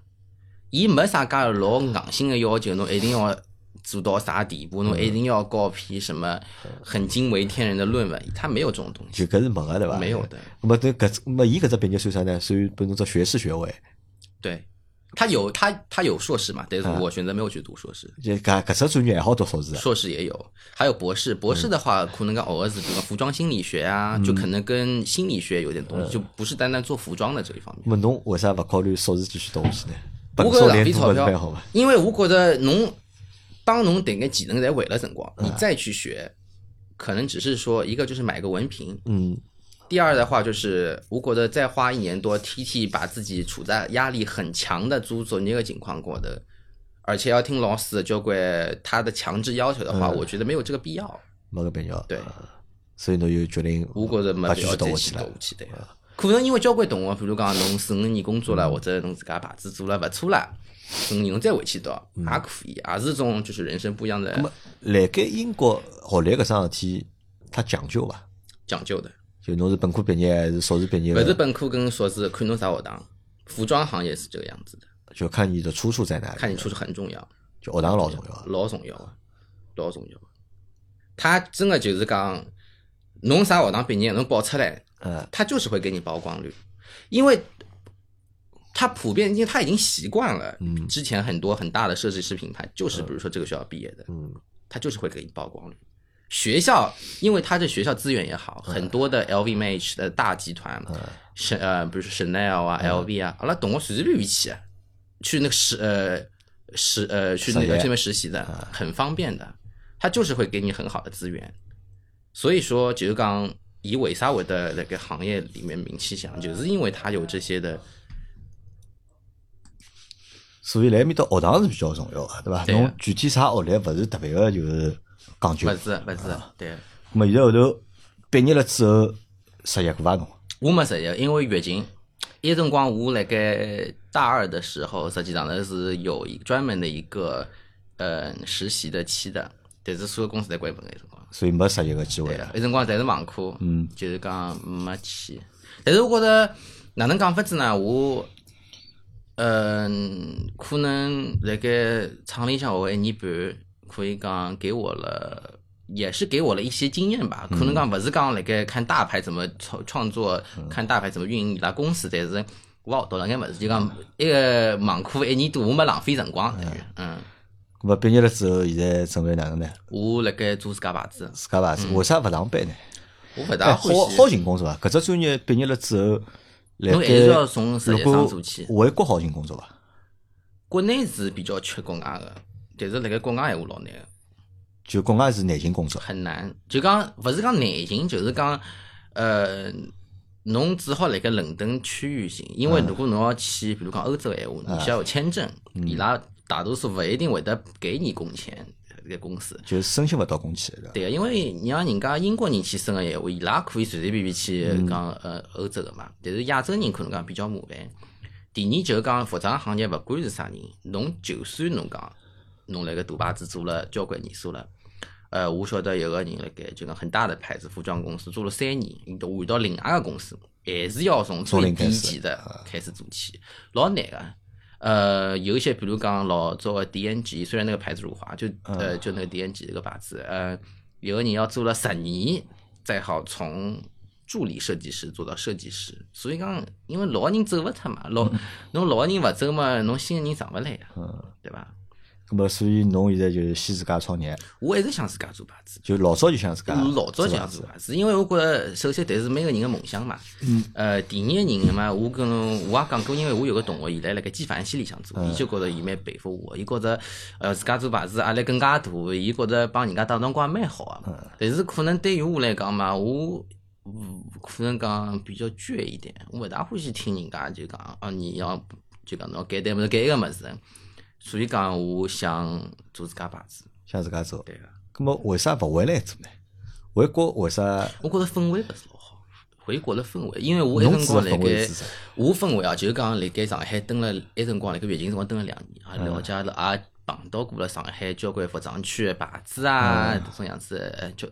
伊没啥介老硬性的要求，侬一定要做到啥地步，侬一定要搞篇什么很惊为天人的论文，他没有这种东
就，
西
搿是没个对伐？
没有。的。
那么对搿那么伊搿只毕业算啥呢？属于比如说学士学位，
对，他有他他有硕士嘛，但是我选择没有去读硕士，
就搿搿只专业还好读硕士啊。
硕士也有，还有博士。博士的话，可能跟偶尔是这个服装心理学啊，就可能跟心理学有点东西，就不是单单做服装的这一方面。
那么侬为啥勿考虑硕士继续读下去呢？本
我觉
硕
着浪
连
费
读
钞
勿是蛮
票
好伐？，
因为我觉着侬当侬迭个技能侪会了辰光，
嗯
你再去学，可能只是说一个就是买个文凭，
嗯，
第二的话就是我觉着再花一年多天天把自己处在压力很强的做作业的情况过的，而且要听老师的交关他的强制要求的
嗯
话，我觉得没有这个必要。
没搿必要。
对
啊，所以侬就决定
我觉着没
勿
必
继
要
续
再
读
去
下去
读下
了。
去的。可能因为交关同学，比如讲侬四五年工作
嗯
了，或者侬自家牌子做了勿错了，四五年侬再回去读也可以，也是种就是人生不一样
嗯那
的
么辣盖英国学历搿桩事体，它讲究伐？
讲究的。
就侬是本科毕业还是硕士毕业
勿
的？
是本科跟硕士看侬啥学堂，服装行业是这个样子的，
就看你的出处在哪里。
看你出去很重要。
就学堂老重要啊。
老重要啊，老重要啊。他真的就是讲，侬啥学堂毕业，侬报出来，
嗯，
他就是会给你曝光率，因为他普遍，因为他已经习惯了。
嗯
之前很多很大的设计师品牌，就是比如说这个学校毕业的，
嗯，
他就是会给你曝光率。学校，因为他这学校资源也好，
嗯
很多的 LVMH 的大集团，是呃，比如说 Chanel 啊、LV
嗯
啊，阿拉同学随随便便去，去那个实呃实呃去那
实嗯
个
业
去那边实习的，很方便的。他就是会给你很好的资源，所以说就是讲以为啥我的那个行业里面名气响，就是因为他有这些的，
所以来埃面搭学堂是比较重要个，对伐？
对啊
侬具体啥学历勿是特别个，就是讲究
不。是不是，对。
那么现在后头毕业了之后，实习过伐侬？
我没实习，因为疫情。一辰光我辣盖大二的时候，实际上头是有一专门的一个呃实习的期的，但是所有公司侪关门个辰光。
所以没实习个机会
对
啊
个，。一辰光侪是网课，嗯，就是讲没去。但是我觉着哪能讲法子呢？我嗯、可能辣盖厂里向学一年半，可以讲给我了。也是给我了一些经验吧，可
嗯
能讲勿是讲辣盖看大牌怎么创创作，看大牌怎么运营伊拉公司，但是我也学到了眼物事，就讲一个网课一年多，我没浪费辰光，等于
哎
嗯，
那么毕业了之后，现在准备哪能呢？
我辣盖做自家牌子，
自家伐？
嗯
为啥勿上班呢？
我勿
哎，
大
好
欢喜
好寻工作伐？搿只专业毕业了之后，来
侬还是要从实习生做起
如果回国好寻工作伐？
国内是比较缺国外的，但是辣盖国外闲话老难的，
就国外是难寻工作，
很难。就讲勿是讲难行，就是讲呃，侬只好辣盖伦敦区域行，因为如果侬要去，比如讲欧洲闲话，你需要有签证，伊拉大多数勿一定会得给你工签，搿公司。
就申请勿到工签，对伐？
对啊个，因为你让人家英国人去申个闲话，伊拉可以随随便便去讲呃欧洲个嘛，但是亚洲人可能讲比较麻烦。第二就是讲服装行业，勿管是啥人，侬就算侬讲侬辣盖大牌子做了交关年数了，呃，我晓得有个人辣盖就讲很大的牌子服装公司做了三年，伊都换到另外个公司，还是要从
从
最
零开
低
始啊
级的开始做起，老难个。呃，有一些比如讲老早个 DNG，虽然那个牌子辱华，就
嗯
呃就那个 DNG 这个牌子，呃，有个人要做了十年，再好从助理设计师做到设计师，所以讲因为老个人走勿脱嘛，老
嗯
侬老个人勿走嘛，侬新个人上勿来呀，对伐？
那么所以侬现在就是先自家创业，
我一直想自家做牌子。
就老早就想自家
我老早就想
子
做，是因为我觉着，首先，但是每个人的梦想嘛。呃，第二个人嘛，我跟我也讲过，因为我有个同学，现在辣盖纪梵希里向做，伊就觉着伊蛮佩服我，伊觉着，呃，自家做牌子压力更加大，伊觉着帮人家打辰光蛮好啊。但是可能对于我来讲嘛，我。嗯，可能讲比较倔一点，我勿大欢喜听人家就讲啊，你要就讲侬要改点物事，改一个物事，所以讲我想做自家牌子，
想自家做。
对个、啊
那么啊为啥勿回来做呢？回国为啥？
我觉着氛围勿是老好，回国的氛围，因为我一
侬
辰光
指的
辣
氛围
盖
是啥，
我氛围啊，就是讲辣盖上海蹲了一辰光，辣盖疫情辰光蹲了两年，啊，了解了也碰到过了上海交关服装区的牌子啊，
嗯
这种样子，呃，就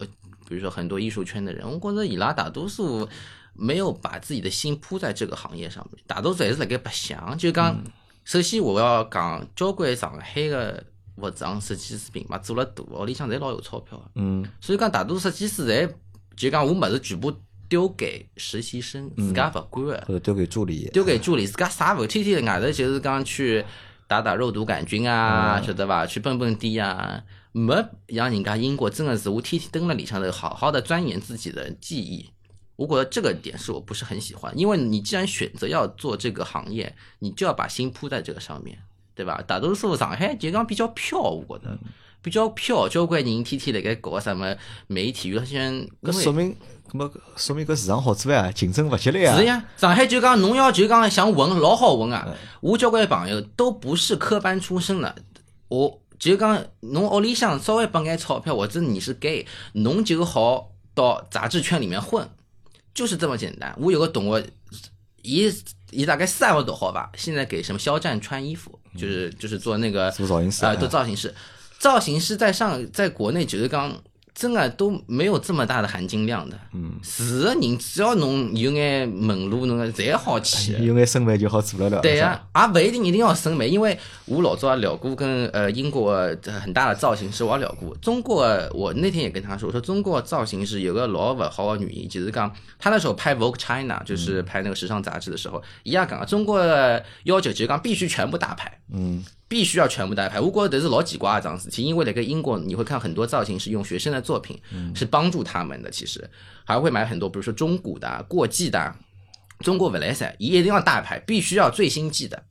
比如说很多艺术圈的人，我觉着伊拉大多数没有把自己的心扑在这个行业上面，
嗯
大多数还是辣盖白相，就是讲，首先我要讲交关上海的服装设计师品牌做了大，屋里向侪老有钞票的。
嗯
所以讲，大多设计师侪就讲，我物事全部丢给实习生，自家勿管的，
或者丢给助理，
丢给助理，自家啥勿天天外头就是讲去打打肉毒杆菌啊，晓得伐？去蹦蹦迪啊，没让人家英国真的是我天天蹲了里向头，好好的钻研自己的技艺。我觉得这个点是我不是很喜欢，因为你既然选择要做这个行业，你就要把心扑在这个上面，对吧？大多数上海就讲比较飘，我觉得比较飘，交关人天天辣盖搞什么媒体娱乐圈，
搿
因为
说明，搿么说明搿市场好做呀，竞争勿激烈呀。嗯
是呀，上海就讲侬要就讲想混，老好混啊！我交关朋友都不是科班出身的，我就讲侬屋里向稍微拨眼钞票，或者你是 gay，侬就好到杂志圈里面混，就是这么简单。我有个同学，伊伊大概三个多号吧，现在给什么肖战穿衣服，就是就是做那个
做造型师
啊，做造型师，造型师在上在国内就是讲。真的都没有这么大的含金量的，嗯，是个人只要侬有眼门路，侬侪好去的。
有眼身份就好做了了。
对呀、啊，也勿一定一定要审美，因为我老早也聊过跟呃英国呃很大的造型师，我也聊过。中国我那天也跟他说，我说中国造型师有个老勿好的原因，就是讲他那时候拍 Vogue China，就是拍那个时尚杂志的时候，一样讲中国的要求就是讲必须全部打牌，
嗯，
必须要全部打牌。我觉得这是老奇怪的一桩事体，因为那个英国你会看很多造型师用学生的作品，是帮助他们的，其实还会买很多，比如说中古的啊、过季的啊。中国勿来噻，伊一定要大牌，必须要最新季的。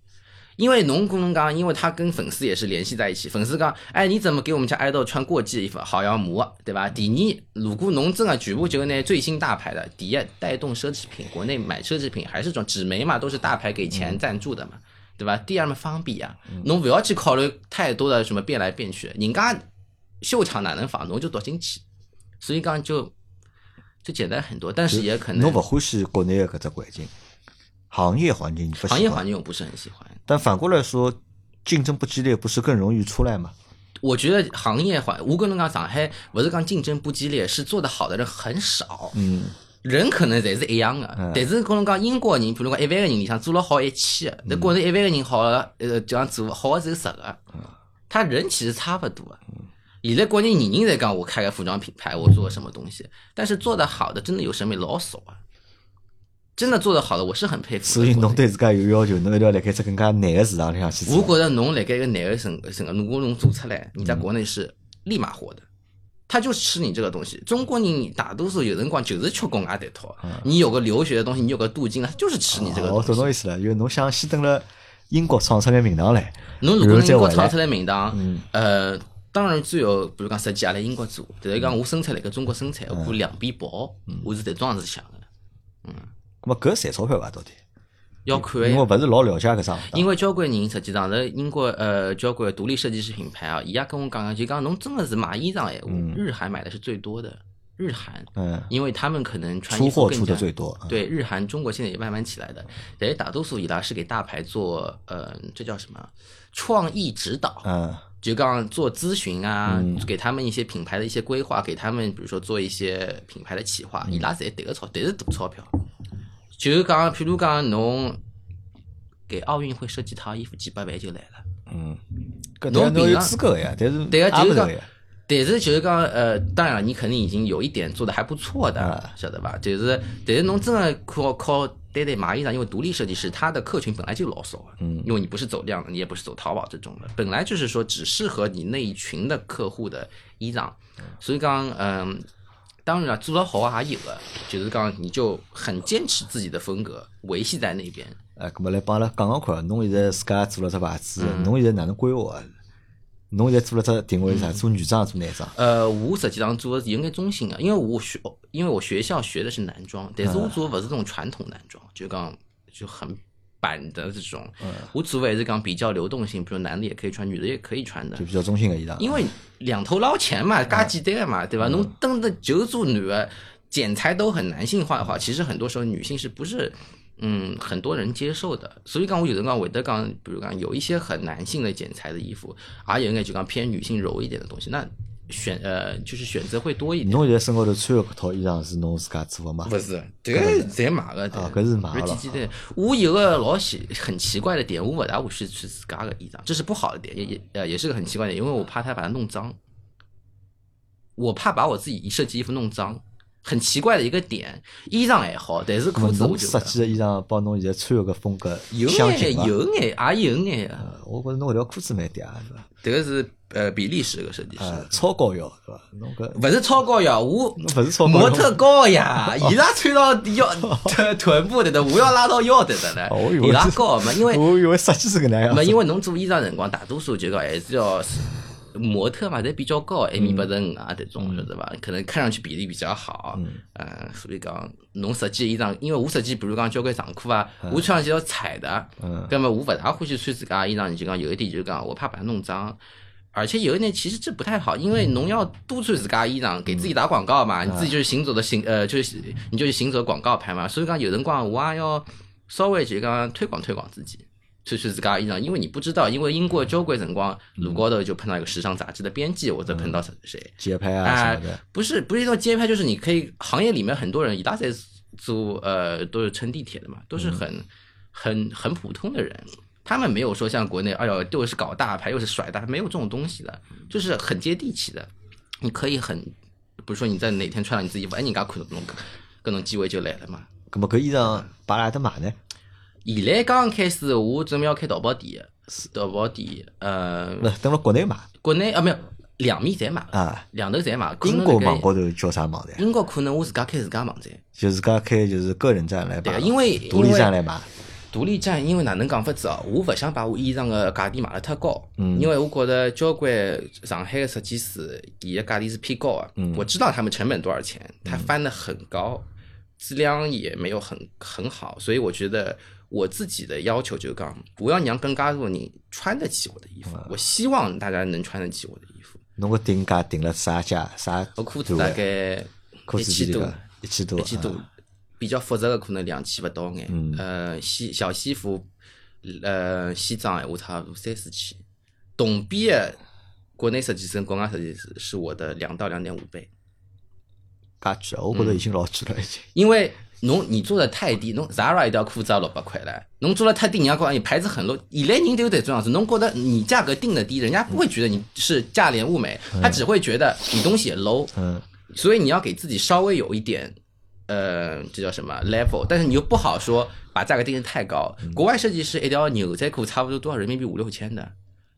因为侬跟侬讲，因为他跟粉丝也是联系在一起，粉丝讲，哎，你怎么给我们家爱豆穿过季的衣服？好要磨，对吧？第二，如果侬真的全啊部就那最新大牌的，第一带动奢侈品，国内买奢侈品还是种纸媒嘛，都是大牌给钱赞助的嘛，对吧？第二嘛方便啊，侬不要去考虑太多的什么变来变去，人家秀场哪能放，侬就躲进去，所以讲就就简单很多，但是也可能
侬勿欢喜国内的搿只环境，行业环境你不喜欢
行业环境我不是很喜欢。
但反过来说，竞争不激烈不是更容易出来吗？
我觉得行业环，我跟侬讲，上海勿是讲竞争不激烈，是做得好的人很少，
嗯，
人可能侪是一样的。但是跟侬讲，英国人，比如讲一万个人里向做了好一千
嗯
个，那国内一万个人好了，呃，这样做好的只有十个，
嗯
他人其实差不多。现在国内人人在讲我开个服装品牌，我做个什么东西，但是做得好的真的有审美老少啊，真的做得好的，我是很佩服的。
所以
国内
侬对自家有要求，侬一定要辣盖只更加难的市场里向去
我
做。
觉得侬辣盖一个男的身身个，如果侬做出来，
嗯
你在国内是立马火的。他就吃你这个东西，中国人大多数有辰光就是吃国外这套。
嗯
你有个留学的东西，你有个镀金了，他就是吃你这个
啊我
东西
懂。侬意思了，就是侬想先等了英国闯出个名堂来，
侬如
然
果
后
能
再
英国
回
闯
来
出，来名堂，
嗯
呃，当然最后比如讲设计阿拉英国做，但是讲我生产辣盖中国生产，
嗯
我可以两边跑，我是这桩事想的，
那啊么搿赚钞票伐？到底？
要看的呀
因为勿是老了解搿只行当。
因为交关人实际上，是英国呃交关独立设计师品牌啊，伊也跟我讲讲，就讲侬真的是买衣裳哎，日韩买的是最多的，日韩，
嗯，
因为他们可能穿
出
衣服
货
更
出
加
的最多。嗯，
对，日韩中国现在也慢慢起来的，但是大多数伊拉是给大牌做，呃，这叫什么？创意指导，
嗯，
就刚做咨询啊，给他们一些品牌的一些规划，给他们比如说做一些品牌的企划，伊拉侪迭个钞，侪是大钞票。就是讲，譬如讲侬给奥运会设计套衣服，几百万就来了。
搿嗯
侬
侬侬
平
有
常
资格个呀，但是
对
也
啊就是
勿
讲
个呀。
但是就是讲，呃，当然了，你肯定已经有一点做的还不错的
啊，
晓得吧？就是，但是侬真的靠靠单单买衣裳，因为独立设计师他的客群本来就老少啊，嗯，因为你不是走量的，你也不是走淘宝这种的，本来就是说只适合你那一群的客户的衣裳，所以讲，嗯、当然了，做得好啊也有的，就是讲你就很坚持自己的风格，维系在那边。
哎，搿么来帮阿拉讲讲看，侬现在自家做了只牌子，
嗯
侬现在哪能规划啊？侬现在做了只定位
嗯
是啥？做女装还是做男装？
呃，我实际上做的有眼中性的，啊因为我学，因为我学校学的是男装，但是我做的不是这种传统男装，就讲就很板的这种。我做的还是讲比较流动性，比如男的也可以穿，女的也可以穿的
就。比较中性个衣裳。
因为两头捞钱嘛，嘎简单的嘛，对吧？侬登的就做女的，剪裁都很男性化的话，其实很多时候女性是不是？嗯，很多人接受的，所以讲我有辰光会得讲，比如讲有一些很男性的剪裁的衣服，也有眼就讲偏女性柔一点的东西，那选呃，就是选择会多一点。
侬现在身高头穿的搿套衣裳是侬自家做的吗？
不是，这个侪买个的，
啊搿是买的
的。几几的，我有个老奇很奇怪的点，我勿大会去穿自家的衣裳，这是不好的点，也也呃也是个很奇怪的点，因为我怕它把它弄脏，我怕把我自己设计衣服弄脏，很奇怪的一个点。衣裳还好，但是
咾么
裤子我
侬
就
设计的衣裳帮侬现在穿的搿风格
有
相
眼
近伐？
有眼也有眼啊，
呃我觉着侬搿条裤子蛮嗲的，是伐？
这个是呃比利时的设计师。
呃，超高腰对伐？侬搿
勿是超高呀，我
勿是超高哦
模特高呀，伊拉穿到 腰臀臀部的的，我要拉到腰的的呢
哦我以。为
伊拉
是
高嘛，因 为
我以为设计是搿能样
没，
子。
因为侬做衣裳辰光，大多数就讲还是要模特嘛，侪比较高，一米八十五啊，
嗯
这种晓得伐？可能看上去比例比较好，嗯，所以讲侬设计衣裳，因为我设计，比如讲交关长裤啊，我穿上去要踩的，啊
嗯
那么我勿大欢喜穿自家的衣裳，就讲有一点就是讲我怕把它弄脏。而且有一点其实这不太好，因为侬要多穿自家的衣裳，给自己打广告嘛，你自己就是行走的行呃，就是你就是行走的广告牌嘛。所以讲有辰光我也要稍微就讲推广推广自己，穿穿自家的衣裳，因为你不知道，因为英国交关辰光路高头就碰到一个时尚杂志的编辑，或者碰到谁，
节拍啊
啊、
什么的，
不是不是一到街拍，就是你可以行业里面很多人，伊拉在租呃都是乘地铁的嘛，都是很、
嗯
很很普通的人，他们没有说像国内，哎呦又是搞大牌又是甩大牌，没有这种东西的，就是很接地气的，你可以很，比如说你在哪天穿上你自己衣服，哎，人家看到侬，搿种机会就来了嘛。
葛么搿衣裳摆辣搭买呢？
现在刚刚开始，我准备要开淘宝店的，淘宝店，呃，
勿是，等辣国内买
国内啊没有两面侪买了，
啊。
两头侪买了。可能
英国
辣盖
网高头叫啥网站？
英国可能我自家开自家网站，
就自家开就是个人站来
对啊
买，
因为
啊独立
因为
站来买。
独立站，因为哪能讲法子哦？我勿想把我衣裳个价钿买了太高，啊
嗯
因为我觉得交关上海个设计师，伊个价钿是偏高个、啊
嗯
我知道他们成本多少钱，他翻得很高，质量也没有很很好，所以我觉得我自己的要求就讲，我要让更加多人穿得起我的衣服，
嗯
我希望大家能穿得起我的衣服。
侬个定价定了啥价啥
我
段
裤子大
位？
概
裤
一
子
千
几钿
多
个，？一千多，
一千多
啊，
比较复杂的可能两千勿到眼。呃，西小西服，呃，西装闲话差不多三四千。同比的国内设计师跟国外设计师是我的两到两点五倍，
介贵啊！
嗯
我觉着已经老贵了，已经。
因为侬你做的太低，侬 Zara 一条裤子也六百块嘞，侬做的太低，人家讲你牌子很 low。现在人都有这种样子，侬觉得你价格定的低，人家不会觉得你是价廉物美，他只会觉得你东西也 low。
嗯，
所以你要给自己稍微有一点，呃，这叫什么 level？但是你又不好说把价格定得太高。
嗯
国外设计师一条牛仔裤差不多多少人民币五六千的，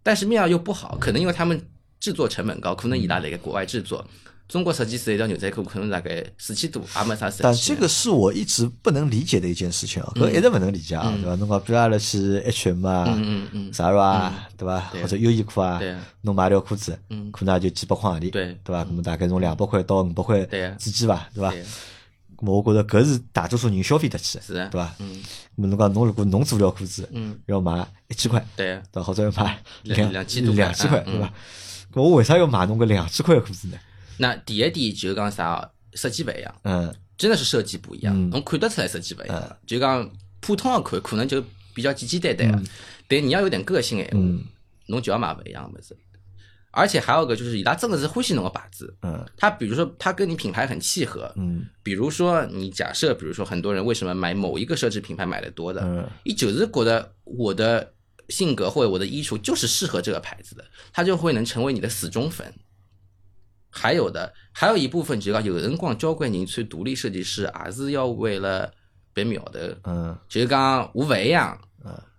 但是面料又不好，
嗯
可能因为他们制作成本高，可能伊拉辣盖国外制作。
嗯
中国设计师一条牛仔裤可能大概四千多，也没啥设计。
但这个是我一直不能理解的一件事
嗯
情啊，搿一直勿能理解啊，对伐？侬讲比如阿拉去 H&M 啊
嗯嗯嗯，
，Zara 啊，对伐？
对
或者优衣库啊
对啊，
侬买条裤子，
嗯
可能也就几百块洋钿，
对
对伐？搿么大概从两百块到五百块
对啊
之间伐，对伐？
对
咾么我觉着搿是大多数人消费得起，
是啊
对伐？
嗯
咾么侬讲侬如果侬做条裤子，
嗯，
要卖一千块，
对啊，
对伐？或者要卖
两
两
两千多块
两千块，
嗯
对伐？咾我为啥要买侬搿两千块的裤子呢？
那第一点就是讲啥，设计勿啊一样。
嗯
真的是设计不一样
嗯，
侬看得出来设计不一样。就讲普通的看，可能就比较简简单单的，啊但你要有点个性哎，
嗯
侬就要买不一样的物事。而且还有一个就是，伊拉真的是欢喜侬个牌子，
嗯
它比如说它跟你品牌很契合，
嗯
比如说你假设，比如说很多人为什么买某一个奢侈品牌买的多的，
嗯
伊就是觉得我的性格或者我的衣橱就是适合这个牌子的，它就会能成为你的死忠粉。还有的，还有一部分就是讲，有辰光交关人穿独立设计师，也是要为了别秒的，
嗯。
就是讲我勿一样，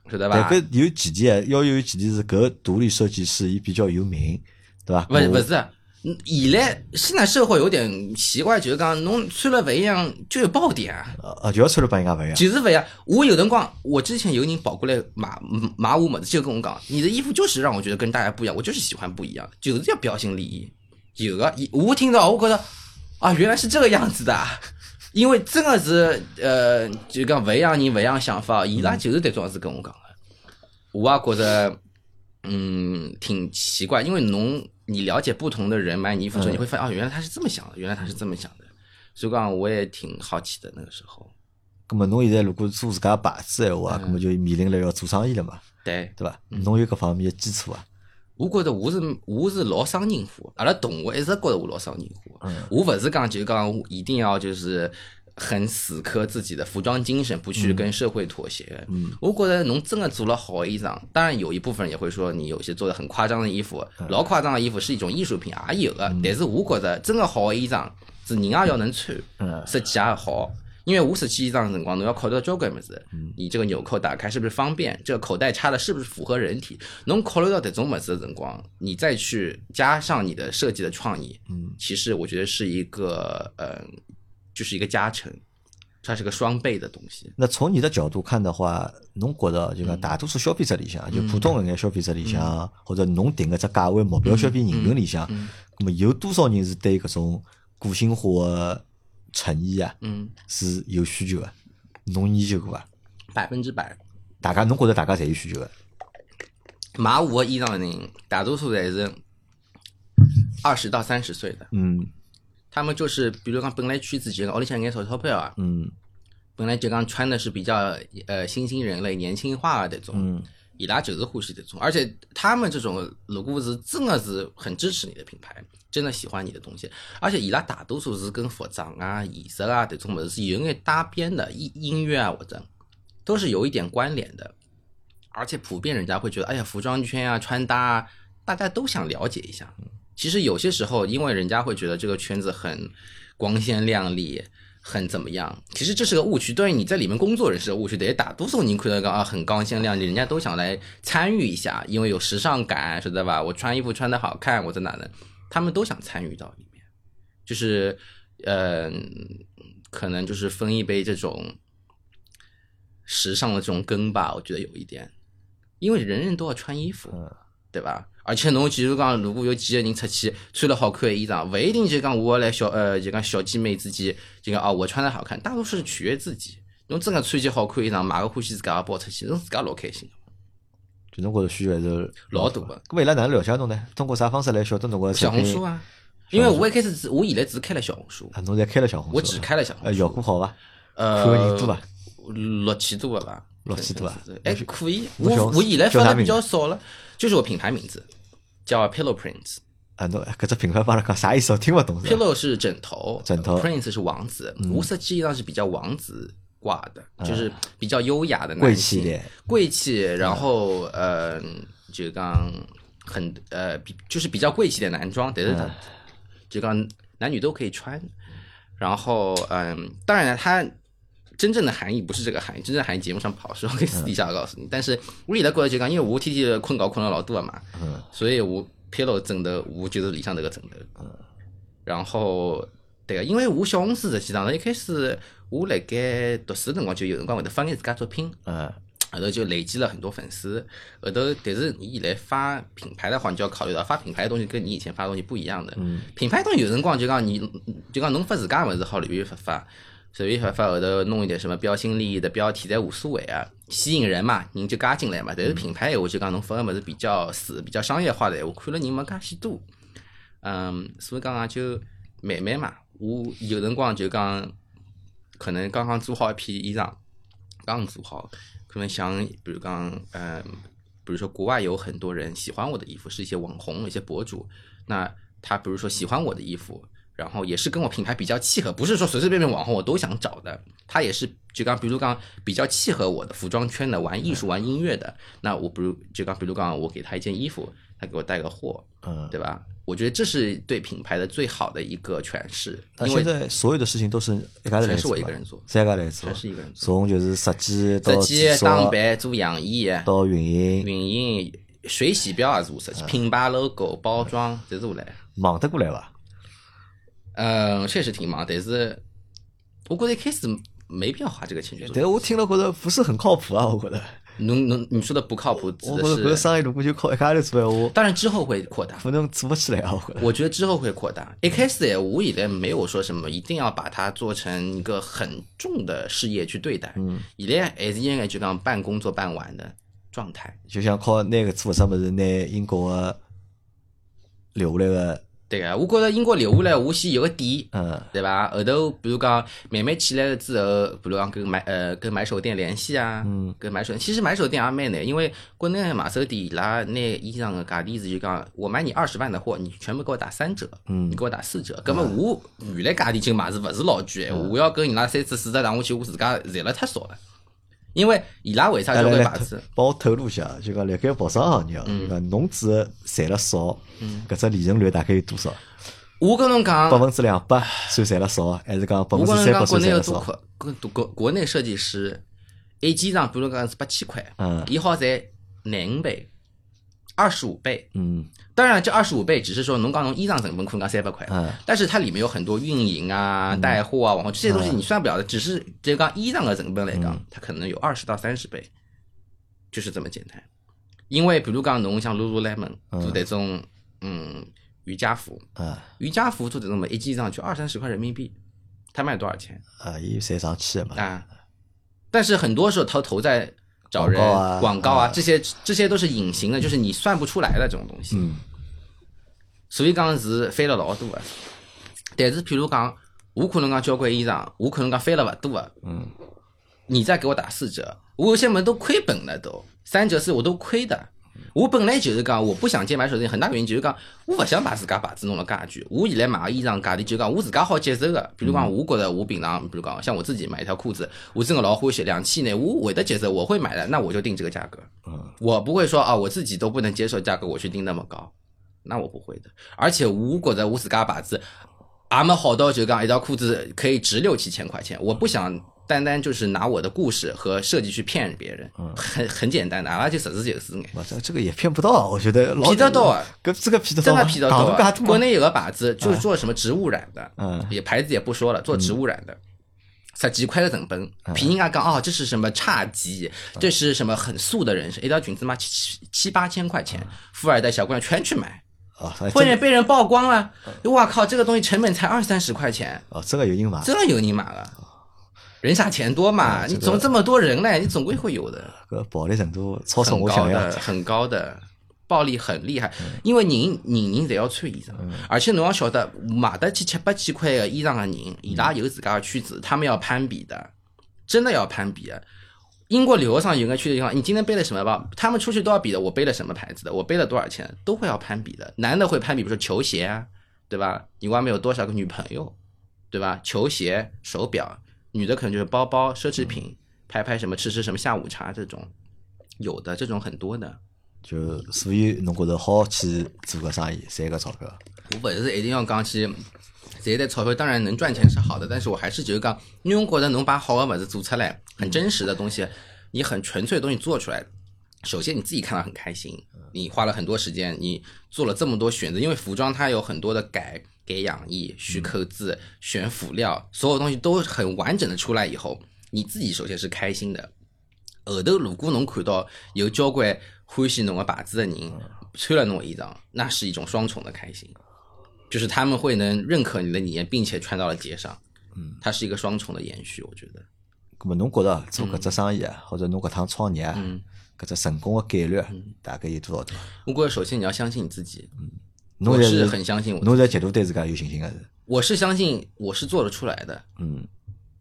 晓得
但
吧？
搿有几点，要有几点是搿独立设计师伊比较有名，对伐？
勿是
我
勿是，嗯现在现在社会有点奇怪，就是讲侬穿了勿一样就有爆点啊。
呃呃，就要穿了帮人家勿一样。
就是勿一样。啊我有辰光，我之前有人跑过来买买我么子，就跟我讲，你的衣服就是让我觉得跟大家不一样，我就是喜欢不一样，就是要标新立异。有个，我听到我觉得啊，原来是这个样子的啊，因为真的是呃，就讲勿一样人勿一样想法，伊拉就是这种是跟我讲的，我也觉着嗯挺奇怪，因为侬你了解不同的人买你衣服的时候，你会发现啊，原来他是这么想的，原来他是这么想的，所以讲我也挺好奇的那个时候，
葛么侬现在如果做自家
嗯
牌子闲话，葛么就面临了要做生意了嘛，
对。
对伐？侬有搿方面的基础啊？
我觉着我是我是老伤人化，阿拉同学一直觉着我老伤人化。我勿是讲就是讲我一定要就是很死磕自己的服装精神，不去跟社会妥协。嗯，我觉着侬真的做了好衣裳，当然有一部分人也会说你有些做的很夸张的衣服，老夸张的衣服是一种艺术品也有的。但是我觉着真的好衣裳是人也要能穿，设计也好。因为我十七以上的辰光，侬要考虑到交关物事，你这个纽扣打开是不是方便，这个口袋插的是不是符合人体，侬考虑到这种物事的辰光，你再去加上你的设计的创意，嗯，其实我觉得是一个，呃，就是一个加成，它是个双倍的东西。
那从你的角度看的话，侬觉得就
嗯
讲大多数消费者里向，就普通人眼消费者里向，或者侬定个只价位
嗯
目标消费人群里向，那么有多少人是对搿种个性化的衬衣啊
嗯，
是有需求的？侬研究过伐？
百分之百
大家侬觉得大家侪有需求的？
买我的衣裳的人，大多数侪是二十到三十岁的，
嗯
他们就是比如讲本来圈子就哦讲屋里向眼钞钞票啊，
嗯
本来就讲穿的是比较呃新兴人类年轻化的这种。
嗯
伊拉就是欢喜这种，而且他们这种如果是真的是很支持你的品牌，真的喜欢你的东西，而且伊拉大多数是跟服装啊、艺术啊这种么子是有眼搭边的，音音乐啊或者都是有一点关联的，而且普遍人家会觉得，哎呀，服装圈啊、穿搭啊，大家都想了解一下。其实有些时候，因为人家会觉得这个圈子很光鲜亮丽，很怎么样？其实这是个误区，对于你在里面工作人士的误区。但是大多数人看到讲啊，很光鲜亮丽，人家都想来参与一下，因为有时尚感，晓得吧？我穿衣服穿的好看，我在哪呢？他们都想参与到里面，就是，呃，可能就是分一杯这种时尚的这种羹吧，我觉得有一点，因为人人都要穿衣服，对吧？而且侬其实讲，如果有几个人出去穿了好看的衣裳，勿一定就讲我来小呃，就讲小姐妹之间，就讲啊我穿的好看，大多数是取悦自己。侬真的穿件好看衣裳，买个欢喜自家个包出去，侬自家老开心的。
就侬觉着需求还是
老大的
搿么伊拉哪能了解侬呢？通过啥方式来晓得侬个
小
产
红
品
书啊，因为我一开始只我现在只开了小红书，
啊，侬才开了小红书，
我只开了小红
呃，
书，
效果好伐？
呃，
看人多伐？
六千多个吧，
六千多啊
哎，可以。
我
我
小
我现在
小
发
啥
的比
名字
较少了，就是我品牌名字叫 Pillow Prince。
啊，侬搿只品牌帮阿拉讲啥意思？我听勿懂是吧？
pillow 是枕头，呃
枕头嗯
，prince 是王子，无色记忆上是比较王子挂的，
哎
就是比较优雅的
贵
男
气
性，
点，嗯
贵气，然后呃，就讲很呃，比就是比较贵气的男装，但是
嗯
它就讲男女都可以穿。然后嗯、当然了，它真正的含义不是这个含义，真正的含义节目上不好说，
嗯
可以私底下告诉你。但是屋里头过来就讲，因为我天天困觉困了老多了嘛，
嗯
所以我 pillow 枕头，我就是里向这个枕头。
嗯
然后对啊个，因为我小红书实际上一开始我辣盖读书的辰光就有辰光会得发眼自家作品，
嗯
后头就累积了很多粉丝。后头但是你现在发品牌的话，你就要考虑到发品牌的东西跟你以前发的东西不一样的。品牌东西有辰光就讲你就讲侬发自家物事好随便发发。随便发发后头弄一点什么标新立异的标题，侪无所谓啊，吸引人嘛，人就加进来嘛。但是品牌闲话就讲侬发个物事比较死，比较商业化的闲话，看了人没介许多。嗯，所以讲啊，就慢慢嘛，我有辰光就讲，可能刚刚做好一批衣裳，刚做好，可能想，比如讲，嗯，比如说国外有很多人喜欢我的衣服，是一些网红、一些博主，那他比如说喜欢我的衣服。然后也是跟我品牌比较契合，不是说随随便便网红我都想找的，他也是就刚比如讲比较契合我的服装圈的，玩艺
嗯
术、玩音乐的，那我比如就刚比如讲我给他一件衣服，他给我带个货，
嗯。
对吧？我觉得这是对品牌的最好的一个诠释，
那
因
现
为
在所有的事情都是一家头来
全是
做
我一
嘛
个，人做，
三家来做
全，是一个 人做。
从就是设计
设
到
计
制、
打
作
扮、做样衣、
到运营，
运营、水洗标啊也是我
嗯
设计，品牌 logo、包装侪是我来。
忙得过来伐？
嗯，确实挺忙，但是我觉得一开始没必要花这个钱去
但
做。
是我听了觉得不是很靠谱啊，我觉得，
侬侬你说的不靠谱，指
我
的
觉得搿个
是，
生意如果就靠一家头做闲话，
当然之后会扩大，
可能做不起来啊，我觉得。
我觉得之后会扩大。一开始也无以来没有说什么一定要把它做成一个很重的事业去对待，嗯，以来还是应该就讲半工作半玩的状态。
就想靠拿搿做啥物事，拿英国个留下来个
对啊个，我觉着应该留下来，我先有个底，
嗯
对伐？后头比如讲慢慢起来了之后，比如讲跟买呃跟买手店联系啊，
嗯，
跟买手店其实买手店也蛮难，因为国内的买手店伊拉拿衣裳个价钿是就讲，我买你二十万的货，你全部给我打三折，
嗯
你给我打四折。葛么我原来价钿就买是勿是老贵闲话，
嗯
我要跟伊拉三折四折打下去，我自家赚了太少了。因为伊拉为啥
来
交
来
关
来
牌子？，嗯
帮我透露一下，就讲辣盖服装行业，就讲侬只赚了少，搿只利润率大概有多少？
我跟侬讲，
百分之两百算赚了少，啊还是讲百分
我
之
跟侬
三
讲，
百
国
算
内
赚
有
了
多
少？
可，国国国内设计师，一件裳，比如讲是八千块
嗯，
伊好赚廿五倍、二十五倍。
嗯
当然，这二十五倍只是说侬讲侬衣裳成本可能讲三百块，
嗯
但是它里面有很多运营啊、带货啊、网红这些东
嗯
西你算不了的，只是就讲衣裳的成本来讲，它可能有二十到三十倍，就是这么简单。因为比如讲侬像 lululemon 做这种嗯瑜伽服，
啊
瑜伽服做这种嘛，一件裳就二三十块人民币，它卖多少钱？
啊，伊赚上去的嘛。
啊，但是很多时候他投在找人
广告啊
广告啊
啊
这些这些都是隐形的，就是你算不出来的这种东西。
嗯
所以讲是翻了老多的，但是譬如讲，我可能讲交关衣裳，我可能讲翻了勿多的，
嗯，
你再给我打四折，我有些门都亏本了都，三折四我都亏的。我本来就是讲，我不想接买手店，很大原因就是讲，我勿想把自家牌子弄了介贵。我现在买个衣裳价钿就是讲，我自家好接受的。比如讲，我觉着我平常，比如讲，像我自己买一条裤子，我真的老欢喜，两千以内我会得接受，我会买的，那我就定这个价格。
嗯
我不会说啊，我自己都不能接受价格，我去定那么高，那我不会的。而且我觉着我自家牌子，俺们好到就讲一条裤子可以值六七千块钱，我不想单单就是拿我的故事和设计去骗别人，很很简单的，阿拉就实事求是眼。
我这这个也骗不到，啊我觉得老
骗得到啊，
搿这个骗得到
真
吗，
的皮得
讲
多
得
啊
介多吗
国内有个靶子，就是做什么植物染的，
嗯
也牌子也不说了，做植物染的，才几块的成本，
嗯
比人家讲哦，这是什么差级，这是什么很素的人生，一条裙子嘛七七七八千块钱，富二代小姑娘全去买，
啊，嗯哎
后
真嗯
面被人曝光了，哇靠，这个东西成本才二三十块钱，
哦，这个有人买。
真的有你买了。人傻钱多
哎
嘛，你总这么多人嘞，你总归会有的。
搿暴利程度超出
很
我
高
想象
的，。很高的，暴力很厉害。因为人人人侪要穿衣裳，
嗯
而且侬要晓得买得起七八千块的衣裳的人，伊拉有自家的圈子，他们要攀比的，真的要攀比的。英国留学生有个圈子地方，你今天背了什么包？他们出去都要比的，我背了什么牌子的，我背了多少钱，都会要攀比的。男的会攀比，比如说球鞋啊，对吧？你外面有多少个女朋友，对吧？球鞋、手表，女的可能就是包包、奢侈品，拍拍什么吃吃什么下午茶这种，有的这种很多的。
就所以侬觉着好去做搿生意，赚搿钞票。
我不是一定要讲去赚点钞票，当然能赚钱是好的，但是我还是就是讲，侬觉得侬把好的物事做出来，很真实的东西，你很纯粹的东西做出来，首先你自己看到很开心，你花了很多时间，你做了这么多选择，因为服装它有很多的改改样衣、续扣字、选辅料，所有东西都很完整的出来以后，你自己首先是开心的，后头如果侬看到有交关欢喜侬个牌子的人穿了侬个衣裳，那是一种双重的开心，就是他们会能认可你的理念，并且穿到了街上，嗯，它是一个双重的延续，我觉得，
葛么侬觉着做搿
嗯
只生意啊，或者侬搿趟创业啊，搿只成功个概率啊
嗯
大概有多少大？
不过首先你要相信你自己，
侬
我
现
是
在
很相信我自己，
侬现在极度对自家有信心个是？
我是相信我是做得出来的，
嗯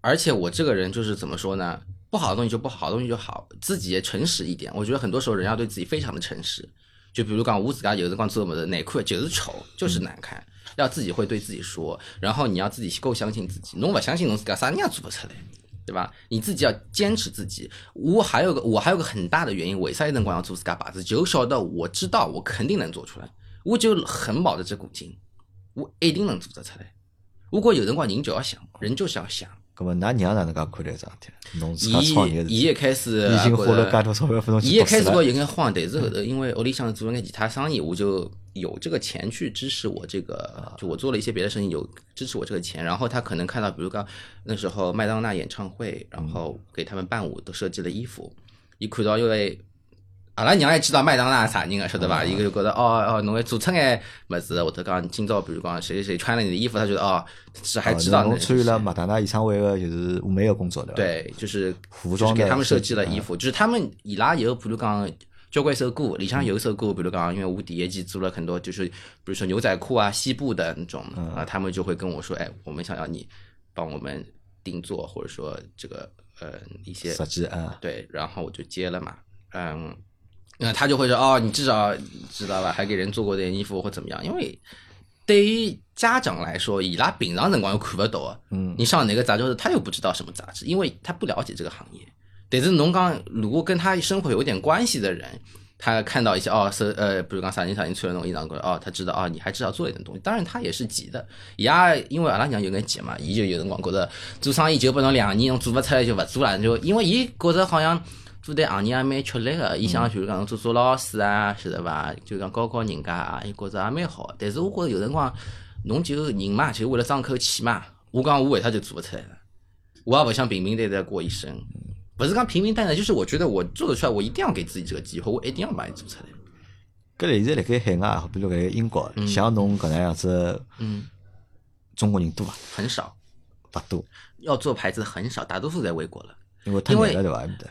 而且我这个人就是怎么说呢？不好的东西就不好，好东西就好，自己也诚实一点。我觉得很多时候人要对自己非常的诚实。就比如讲，我自家有辰光做么的内裤就是丑，就是难看，要自己会对自己说，然后你要自己够相信自己。侬勿相信侬自家啥人也做不出来，对吧？你自己要坚持自己。我还有个我还有个很大的原因，为啥一辰光要做自家把子，就晓得我知道我肯定能做出来，我就很冒着这股劲，我一定能做得出来。如果有辰光人就要想，人就是要想。
葛么㑚娘哪能介看待桩事体？侬自家创业
伊
是？
伊一开始啊
已经花了
觉
介
得
多钞票拨侬
伊
去
一
读
开
书
始
了
我有眼慌，但是后头因为屋里向做眼其他生意，我就有这个钱去支持我这
啊
个，就我做了一些别的事情，有支持我这个钱。然后他可能看到，比如讲那时候麦当娜演唱会，
嗯
然后给他们伴舞都设计了衣服，伊看到因为。阿拉娘也知道麦当娜是啥人啊个，晓得
啊
伐？伊就觉得哦哦，侬会做出眼物事，或者讲今朝比如讲谁谁谁穿了你的衣服，他觉得哦，是还
哦
知道
侬
侬
侬参与了麦当娜演唱会个就是舞美个工作对伐？
对，就是
服装
就是
的
给他们
设
设
计啊
计了衣服，就是他们伊拉也有，比如讲交关首歌，里向有一首歌，比如讲，因为我第一季做了很多，就是比如说牛仔裤啊、西部的那种
嗯
啊，他们就会跟我说，哎，我们想要你帮我们定做，或者说这个呃一些
实际啊，
对，然后我就接了嘛，嗯，那他就会说哦，你至少知道吧，还给人做过点衣服或怎么样，因为对于家长来说，伊拉平常辰光又看不到啊，
嗯，
你上哪个杂志，他又不知道什么杂志，因为他不了解这个行业。但是侬讲，如果跟他生活有点关系的人，他看到一些哦，是呃，比如讲啥人啥人穿了那种衣裳过来，哦，他知道哦，你还至少做了一点东西。当然，他也是急的，伊拉因为阿拉娘有眼急嘛，伊就有辰光觉着做生意就拨侬两年，侬做勿出来就勿做了，就因为伊觉着好像做这行业也蛮吃力个，伊想就是讲做做老师啊，晓得伐？就讲教教人家啊，伊觉着也蛮好。但是我觉着有辰光，侬就人嘛，就是为了争口气嘛。我讲我为啥就做勿出来了？我也勿想平平淡淡过一生，勿是讲平平淡淡，就是我觉得我做得出来，我一定要给自己这个机会，我一定要把它做出来。
搿现在辣盖海外，好比如盖英国，像侬搿能样子，
嗯，
中国人多伐？
很少
勿多，
要做牌子，很少，大多数在回国了
因为太
因
难
为
了，对伐？埃面搭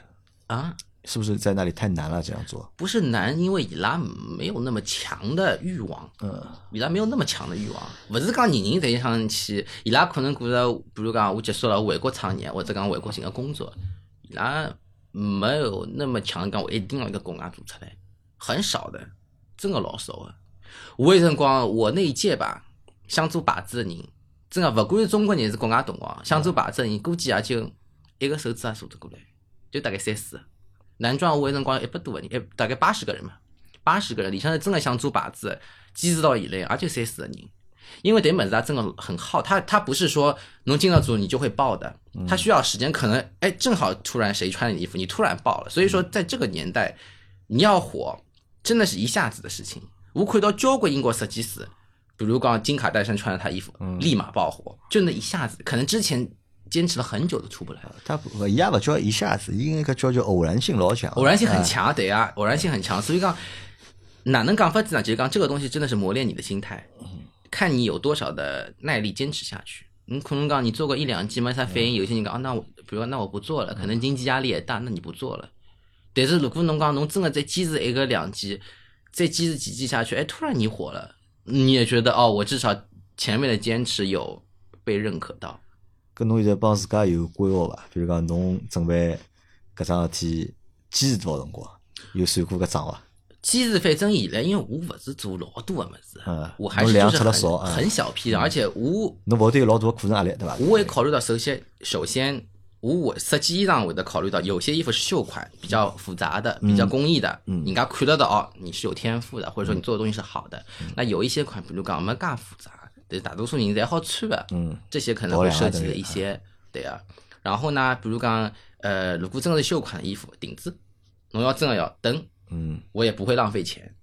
啊。
是不是在那里太难了？这样做，
不是难，因为伊拉没有那么强的欲望，
嗯，
伊拉没有那么强的欲望，勿是讲人人侪想去，伊拉可能觉着，比如讲我结束了我回国创业，或者讲回国寻个工作，伊拉嗯没有那么强讲我一定要一个工啊做出来，很少的，真的老少的。我有辰光我那一届吧，想做牌子的人，真的勿管是中国人还是国外同行，想做牌子的人估计也就一个手指也数得过来，就大概三四个。男装我有辰光一百多个人，一大概八十个人嘛，八十个人里向是真的想做牌子的，坚持到现在也就三四个人。因为迭物事啊，真的很耗，它它不是说侬今朝做你就会爆的，它需要时间。可能哎，正好突然谁穿你衣服，你突然爆了。所以说，在这个年代，你要火，真的是一下子的事情。我看到交关英国设计师，比如讲金卡戴珊穿了他衣服，立马爆火，就那一下子，可能之前坚持了很久都出不来。
他勿伊也勿叫一下子，伊应该叫叫偶然性老强，啊
偶然性很强，对啊，偶然性很强，所以讲哪能讲法子呢？就是讲这个东西真的是磨练你的心态，看你有多少的耐力坚持下去。你可能讲你做过一两季没啥反应，有些人讲啊，那我比如说那我不做了，可能经济压力也大，那你不做了。但是如果侬讲侬真的再坚持一个两季，再坚持几季下去，哎，突然你火了，你也觉得哦，我至少前面的坚持有被认可到。
跟侬现在帮自家有规划伐？比如讲，侬准备搿桩事体坚持多少辰光？有算过搿账伐？
机制反正现在，因为我勿是做老多个物事啊
嗯，
我还是
侬量
就是
出
很
了少嗯
很小批量，而且我
侬勿会得有老大个个人压力，对伐？
我也考虑到，首先首先我我设计衣裳会得考虑到，有些衣服是绣款，比较复杂的，
嗯
比较工艺的，人家看得到哦，你是有天赋的，或者说你做的东西是好的。
嗯
那有一些款，比如讲没介复杂，但是大多数人侪好穿的，
嗯，
这些可能会涉及了一些，对啊。然后呢，比如讲，呃，如果真的是绣款的衣服，定制，侬要真的要等。
嗯，
我也不会浪费钱。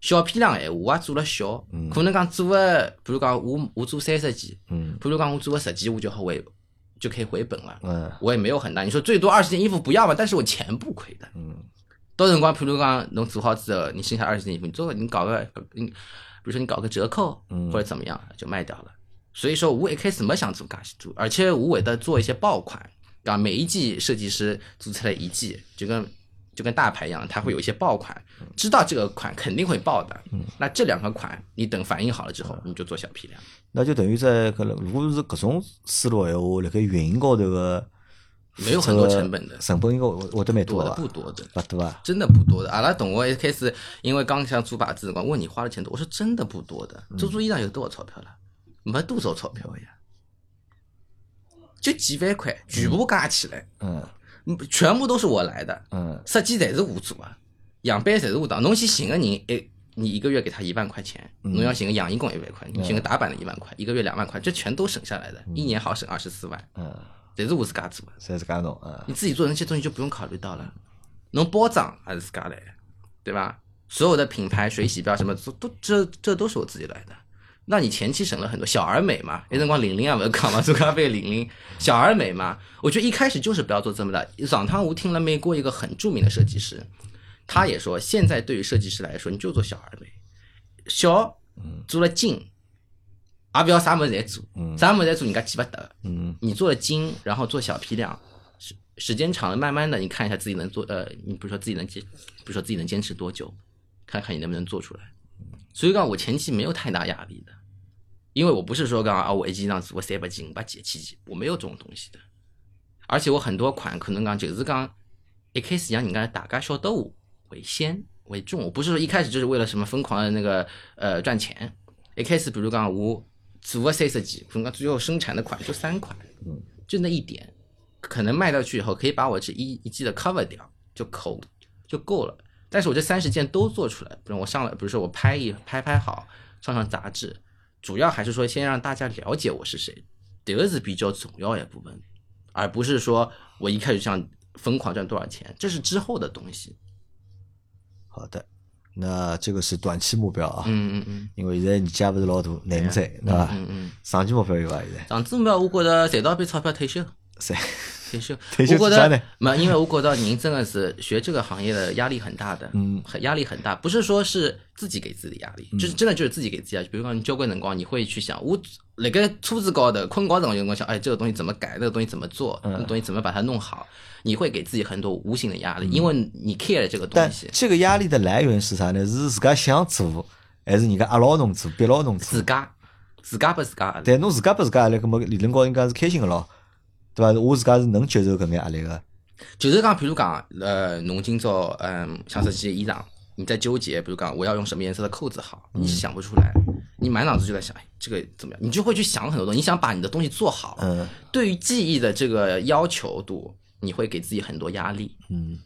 小批量闲话，我也做了小，可能讲做个，比如讲我我做三十件，
嗯
比如讲我做个十件，我就好回，就可以回本了。
嗯
我也没有很大，你说最多二十件衣服不要嘛，但是我钱不亏的。
嗯，
到辰光，比如讲侬做好之后，你剩下二十件衣服，你做个你搞个，你比如说你搞个折扣，
嗯
或者怎么样就卖掉了。所以说我一开始没想做噶许多，而且我会得做一些爆款，啊，每一季设计师做出来一季，就跟就跟大牌一样，它会有一些爆款，
嗯
知道这个款肯定会爆的。那这两个款你等反应好了
嗯
之后，你就做小批量。
那就等于在可能，如果是搿种思路闲话，辣盖运营高头个
没有很多成本的
成本应该会会得蛮多啊
多的
伐？
不多的，
勿多伐？
真的不多的。啊阿拉同学一开始因为刚想做把子辰光，问你花的钱多，我说真的不多的。做做衣裳有多少钞票了？没多少钞票呀，就几万块，全部加起来，
嗯
嗯全部都是我来的，
嗯
设计侪是我做啊，样板侪是我打。侬去寻个人，哎，你一个月给他一万块钱，侬要寻个养义工一万块，你寻个打板的一万块，一个月两万块，这全都省下来的，一年好省二十四万，
嗯，
侪是我自家做的。
侪自家弄啊。
你自己做的那些东西就不用考虑到了，侬包装还是自家来，对吧？所有的品牌、水洗标什么，都都这这都是我自己来的。那你前期省了很多，小而美嘛，那辰光玲玲啊，不是讲嘛，做咖啡玲玲，小而美嘛。我觉得一开始就是不要做这么大。上趟我听了美国一个很著名的设计师，他也说，现在对于设计师来说，你就做小而美，小做了精，也不要啥么子侪做，啥么子侪做人家记不得。
嗯
你做了精，然后做小批量，时时间长了，慢慢的你看一下自己能做，呃，你比如说自己能坚，比如说自己能坚持多久，看看你能不能做出来。所以讲，我前期没有太大压力的，因为我不是说讲啊，我一期上做三百几、五百几、一千几，我没有这种东西的。而且我很多款可能讲就是讲一开始让人家大家晓得我为先为重，我不是说一开始就是为了什么疯狂的那个呃赚钱。一开始比如讲我做个三十几，可能讲最后生产的款就三款，就那一点，可能卖掉去以后可以把我这一一季的 cover 掉，就口就够了。但是我这三十件都做出来，比如我上了，比如说我拍一拍拍好，上上杂志，主要还是说先让大家了解我是谁，迭个是比较重要一部分，而不是说我一开始想疯狂赚多少钱，这是之后的东西。
好的，那这个是短期目标啊，
嗯嗯嗯，
因为现在年纪也勿是老大，廿五岁，对伐？
嗯嗯，
长期目标有啊伐？现在
长子目标，我觉着赚到笔钞票退休。
三，
退休，
退休
我
几家
觉
呢
得 没，因为我觉得您真的是学这个行业的压力很大的，
嗯，
很压力很大，不是说是自己给自己压力，就是真的就是自己给自己压力。比如讲，你交关辰光你会去想，我那个车子高的困高的辰光想，哎，这个东西怎么改，那个东西怎么做，
嗯
那个东西怎么把它弄好，你会给自己很多无形的压力，因为你 care 这个东
嗯但
西，
这个压力的来源是啥呢？是自家想做，还是人家压牢侬做、逼牢侬做
自？家自家拨自家压力，
但侬自家拨自家压力，搿么理论高应该是开心个咯，对伐？我自家是能接受搿眼压力个，
就是讲，比如讲，呃，侬今朝嗯想设计衣裳，你在纠结，比如讲我要用什么颜色的扣子好，你是想不出来，你满脑子就在想哎这个怎么样，你就会去想很多东西，你想把你的东西做好。
嗯
对于技艺的这个要求度，你会给自己很多压力。
嗯，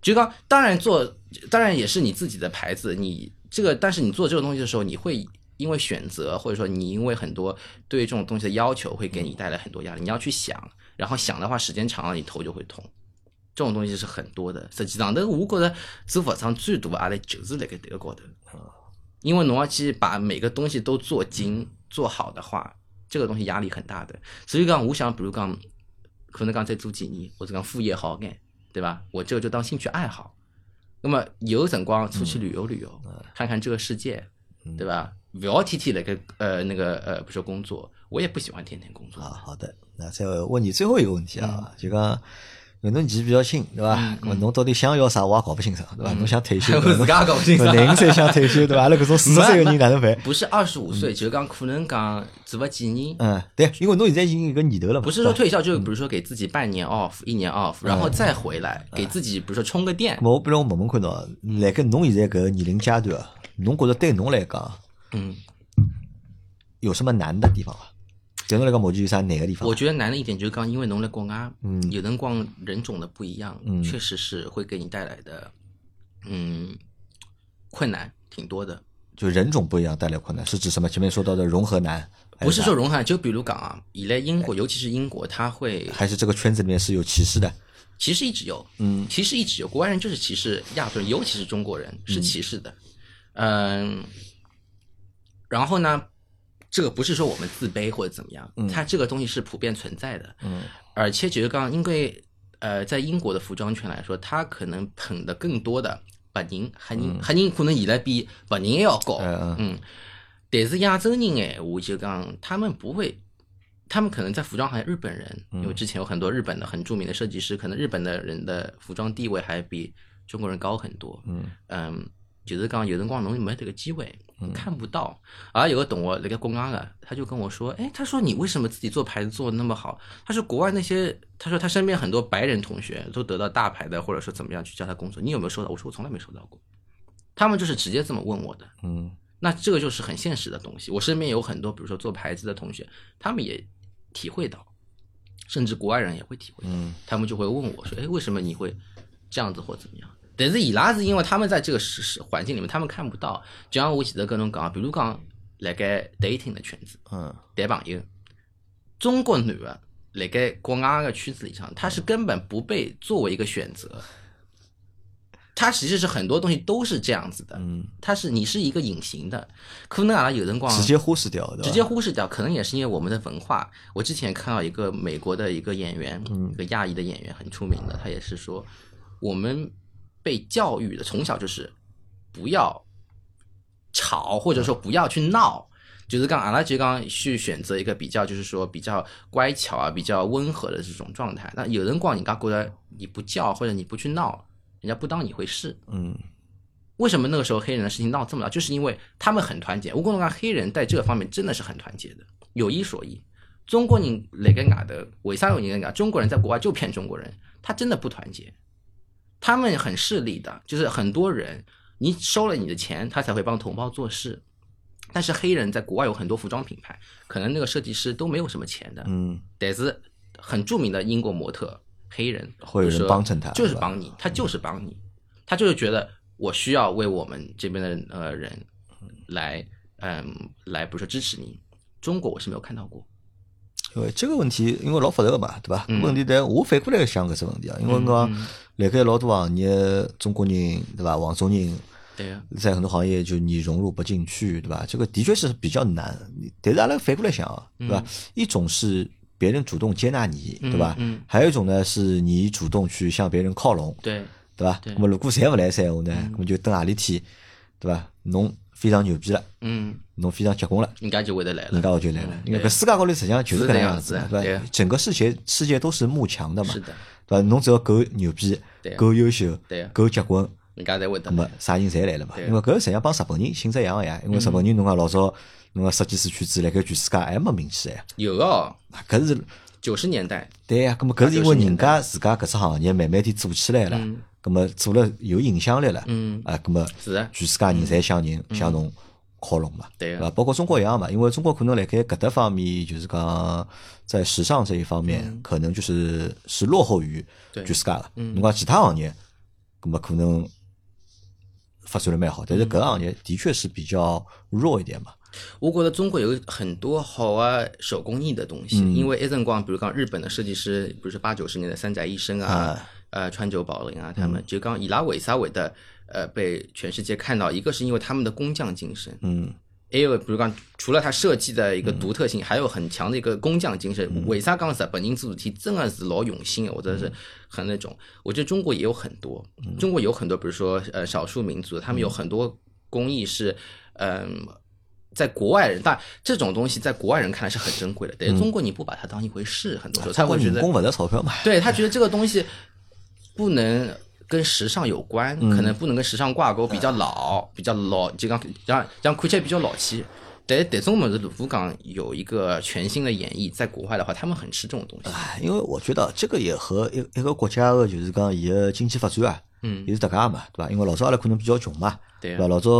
就刚当然做，当然也是你自己的牌子，你这个，但是你做这个东西的时候，你会因为选择，或者说你因为很多对这种东西的要求，会给你带来很多压力。你要去想，然后想的话，时间长了，你头就会痛。这种东西是很多的。实际上，但是我觉得做服装最大的压力就是辣盖迭个高头，因为侬要去把每个东西都做精做好的话，这个东西压力很大的。所以讲，我想，比如讲，可能讲再做几年，或者讲副业好眼，对吧？我这个就当兴趣爱好。那么有辰光出去旅游旅游，看看这个世界，对吧？不要天天那个呃那个呃，比如说工作，我也不喜欢天天工作。
啊，好的，那再问你最后一个问题
嗯
啊，就讲。因为侬年纪比较轻，对伐？那么侬到底想要啥，我也搞不清爽，对伐？侬想退 休，
嗯我自家搞不清爽
侬廿五岁想退休，对伐？阿拉搿种四十岁个人哪能办？
不是二十五岁，就是讲可能讲做不几年，
嗯，对，因为侬现在已经有个年头了嘛，
不是说退休，就是比如说给自己半年 off、一年 off，然
嗯
后再回来，给自己比如说充个电
咾。么我不然我问问看侬啊，辣盖侬现在搿个年龄阶段啊，侬觉着对侬来讲
嗯，
有什么难的地方伐？对侬来讲，目前有啥难的地方啊
我
伐？
觉得难的一点就是讲，因为侬在国外，
嗯
有辰光人种的不一样，
嗯
确实是会给你带来的，嗯，困难挺多的。
就人种不一样带来困难，是指什么？前面说到的融合难，还
不是
啥
说融汉，就比如讲啊，以来英国，尤其是英国，它会
还是这个圈子里面是有歧视的，
其实一直有，
嗯，
其实一直有，国外人就是歧视亚洲人，尤其是中国人是歧视的，嗯然后呢，这个不是说我们自卑或者怎么样，它这个东西是普遍存在的，
嗯，
而且觉得刚因为呃，在英国的服装圈来说，它可能捧的更多的白人、黑人、黑人可能现在比白人还要高，
嗯
嗯，但是亚洲人哎，我就讲他们不会，他们可能在服装行业，日本人，因为之前有很多日本的很著名的设计师，可能日本的人的服装地位还比中国人高很多。
嗯
嗯，就是讲有辰光侬没这个机会，看不到。而有个懂我那个公安的，他就跟我说，哎，他说你为什么自己做牌子做的那么好？他说国外那些，他说他身边很多白人同学都得到大牌的，或者说怎么样去叫他工作，你有没有收到？我说我从来没收到过。他们就是直接这么问我的，
嗯
那这个就是很现实的东西。我身边有很多，比如说做牌子的同学，他们也体会到，甚至国外人也会体会到，
嗯
他们就会问我说：“哎，为什么你会这样子或怎么样？”但是伊拉是因为他们在这个时时环境里面，他们看不到。就像我记得跟侬讲，比如讲，辣盖 dating 的圈子
嗯
谈朋友，中国男的辣盖国外的圈子里向，他是根本不被作为一个选择。他其实是很多东西都是这样子的，
嗯，
它是你是一个隐形的，可能阿拉有辰光
直接忽视掉，对吧？
啊直接忽视掉，可能也是因为我们的文化。我之前看到一个美国的一个演员，
嗯
一个亚裔的演员很出名的，他也是说，我们被教育的从小就是不要吵，或者说不要去闹，就是讲阿拉就讲去选择一个比较，就是说比较乖巧啊，比较温和的这种状态。那有辰光人家觉得你不叫或者你不去闹，人家不当你回事。
嗯
为什么那个时候黑人的事情闹这么大？就是因为他们很团结。我跟侬讲，黑人在这个方面真的是很团结的，有一说一。中国人来跟外头，为啥有人讲中国人在国外就骗中国人？他真的不团结，他们很势利的，就是很多人你收了你的钱，他才会帮同胞做事。但是黑人在国外有很多服装品牌，可能那个设计师都没有什么钱的，
嗯，
但是很著名的英国模特黑人，
会有人
就说
帮衬他
就是
是吧嗯
帮你，他就是帮你，他就是觉得我需要为我们这边的呃人来，嗯，来比如说支持你。中国我是没有看到过，
因为这个问题，因为老复杂个嘛，对吧？
嗯
问题，但我反过来想搿只问题啊，因为讲
嗯
辣盖老多行业，中国人对吧？黄种人
对呀、
在很多行业就你融入不进去，对吧？这个的确是比较难。你但是阿拉反过来想啊，
嗯
对吧？一种是别人主动接纳你，对吧？
嗯嗯
还有一种呢是你主动去向别人靠拢，
对，
对吧？
对嗯
那么如果侪勿来三话呢，那么就等何里天，对吧？侬非常牛逼了，
嗯，
侬非常结棍了。
人家就会得来了，
人家我就来了，因为
嗯对
搿世界高头实际上就是搿能样
是
子
这样，子啊
对吧
对？
整个世界世界都是慕强的嘛
是，的，
对吧？侬只要够牛逼
对、啊
够优秀
对啊、
够结棍，
人家才会得
那么
来，
啥人侪来了嘛？
对啊嗯
因为搿实际上帮日本人性质一样个呀，因为日本人侬讲老早侬讲设计师圈子辣盖全世界还没名气哎，
有哦，
搿是
九十年代，
对呀，葛么搿是因为
80
人
年代
家自家搿只行业慢慢地做起来了，葛么做了有影响力了，
嗯，
啊，葛么
是的，
全世界人侪向人向侬靠拢嘛，
对
对
啊
吧？包括中国一样嘛，因为中国可能辣盖搿搭方面，就是讲在时尚这一方面，可能就是是落后于
嗯对嗯
全世界的。侬讲其他行业，葛么可能发展了蛮好，但
嗯
是搿行业的确是比较弱一点嘛。
我觉得中国有很多好啊手工艺的东西，因为埃辰光，比如讲日本的设计师，比如说八九十年代三宅一生啊，呃川久保玲啊，他们、就讲伊拉为啥会得呃被全世界看到？一个是因为他们的工匠精神，
嗯，
还有比如讲除了他设计的一个独特性，还有很强的一个工匠精神。为啥讲日本人做事体真的是老用心的，或者是很那种？我觉得中国也有很多，中国有很多，比如说呃少数民族，他们有很多工艺是嗯。在国外人，但这种东西在国外人看来是很珍贵的，但是中国你不把它当一回事，很多时候他
中国
会觉
人
得
工勿值钞票嘛。
对他觉得这个东西不能跟时尚有关，
嗯
可能不能跟时尚挂钩，比较老，比较老，就讲让让看起来比较老气。但但种么子，卢浮港有一个全新的演绎，在国外的话，他们很吃这种东西。
哎因为我觉得这个也和一一个国家的，就是讲伊个经济发展啊，
嗯
也是搭界嘛，对吧？因为老早阿拉可能比较穷嘛，
对啊
吧？老早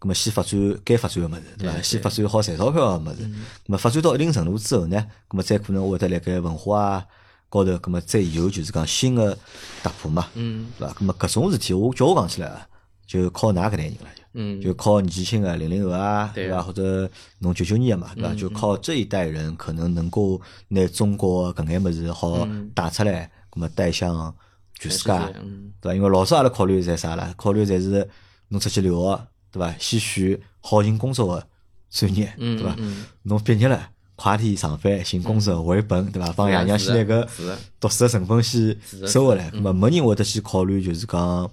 葛么先发展该发展个物事，对吧？
对嗯
先发展好赚钞票个物事，葛么发展到一定程度之后呢，葛么再可能会得辣盖文化啊高头，葛么再有就是讲新的突破嘛，
嗯
对吧？葛么搿种事体，我叫我讲起来啊，就靠㑚搿代人了就。
嗯，
就靠年纪轻的零零后啊，
对嗯
对
啊
吧？或者侬九九年的嘛，对吧？就靠这一代人可能能够拿中国搿眼物事好带出来，葛么带向全世界，
嗯
对吧？因为老早阿拉考虑在啥啦？考虑侪是侬出去留学，对吧？先选好寻工作的专业，
嗯
对吧
嗯？
侬毕业了，快点上班寻工作回本，对吧？帮
是啊
爷娘
是
先拿
的
搿
是的
读书的成本先
是的嗯
收回来，咁啊，没人会得去考虑就是讲。嗯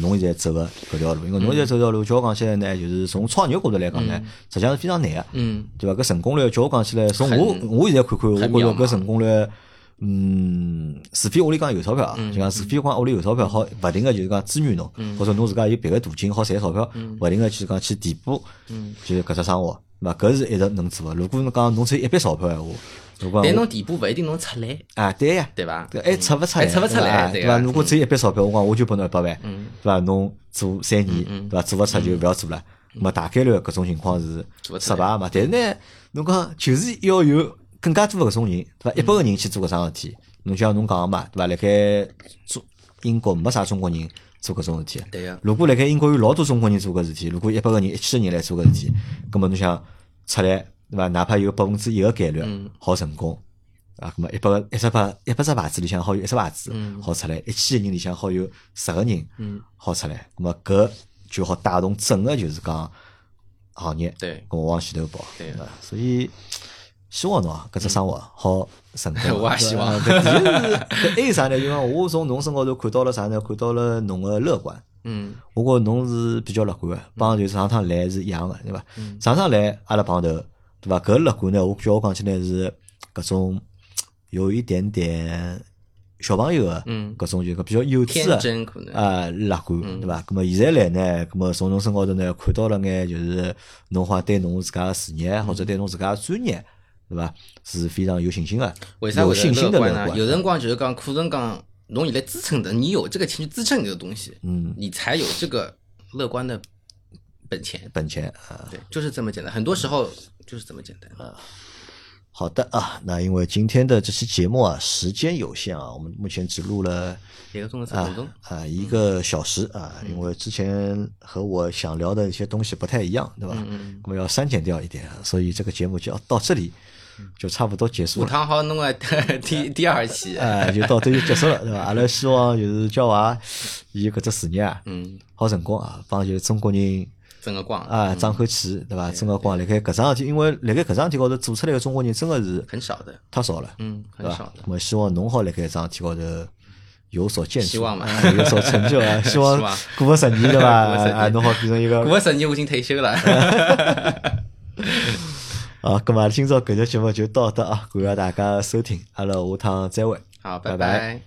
侬现在走个搿条路，因为
嗯
侬现在走条路，叫我讲起来呢，就是从创业角度来讲呢，实际上是非常难个，
嗯，
对伐？搿成功率，叫我讲起来，从我
很
我现在看看，我觉
很
着
渺茫
搿成功率，嗯，除非屋里讲有钞票啊，
嗯
就讲除非讲屋里有钞票，好勿停个就是讲支援侬，或者侬自家有别个途径好赚钞票，
嗯
勿停个去讲去填补，就是搿只生活，对伐？搿是一直能做个。如果侬讲侬只有一笔钞票闲话，如果
但
讲
侬底部不一定能出来，
啊，对呀。
对吧？
对，还出勿出来，
还出不出来
对
对嗯
伐？
吧
如果只有一笔钞票，我讲我就拨侬一百万，对伐？侬做三
嗯
年，对伐？做勿出就勿要做了。那么大概率搿种情况是
做勿出
失
来
败嘛。但是呢，侬讲就是要有更加多的搿种人，对伐？一百个人去做搿桩事体，侬就像侬讲个嘛，对伐？辣盖中英国没啥中国人做搿种事体。
嗯对啊呀，
如果辣盖英国有老多中国人做搿事体，如果一百个人、一千个人来做搿事体，葛么侬想出来对伐？哪怕有百分之一个概率
嗯
好成功，啊，葛么一百个一只牌一百只牌子里向好有一只牌子
嗯
好出来，一千个人里向好有十个人好出来，葛么搿就好带动整个就是讲行业
对
跟我往前头跑，
对嗯
伐？所以。希望侬啊，搿只生活好成功啊
。
呃
我也希望
对吧搿的确是搿还有啥呢？因为我从侬身高头看到了啥呢？看到了侬个乐观，
嗯
我觉着侬是比较乐观个，帮就是上趟来是一样个，对伐？上趟来阿拉碰头，对伐？搿乐观呢，我叫我讲起来是搿种有一点点小朋友个，
嗯
搿种就搿比较幼稚
天
个，
真可能
啊，乐观，对伐？咁么现在来呢，咁么从侬身高头呢看到了眼，就是侬好像对侬自家个事业或者对侬自家个专业，对伐？是非常有信心个。
为啥
有
会
信
得
心
乐
的乐
观呢？有
观？啊
辰光就是讲，可能讲侬现在支撑的，你有这个情绪支撑这个东西，
嗯，
你才有这个乐观的本钱。
本钱啊，
对，就是这么简单。很多时候就是这么简单。
好的啊，那因为今天的这期节目啊，时间有限啊，我们目前只录了。
一个钟头十
啊
分钟，
啊，一个小时啊，因为之前和我想聊的一些东西不太一样，对吧？
嗯
我们要删减掉一点，所以这个节目就要到这里，就差不多结束
武
了。
汤好弄个 第第二期。
哎，就到这就结束了，对吧？阿拉希望就是叫娃伊搿只事业啊，
嗯，
好成功啊，帮就是中国人
整个光
啊争口气，对吧？争个光，辣盖搿桩事体，因为辣盖搿桩事体高头做出来个中国人真的是
很少的，
太少了，
嗯，
对
很少
吧
的？。
我希望侬好辣盖搿桩事体高头有所建树，
希望吧
啊 有所成就 啊！希望
希望
过个十年对伐？
过个十年
啊，侬好变成一个
过了十年我已经退休了，
啊，咁嘛，今朝搿节节目就到这啊，感谢大家收听，阿拉下趟再会。
好，
拜
拜。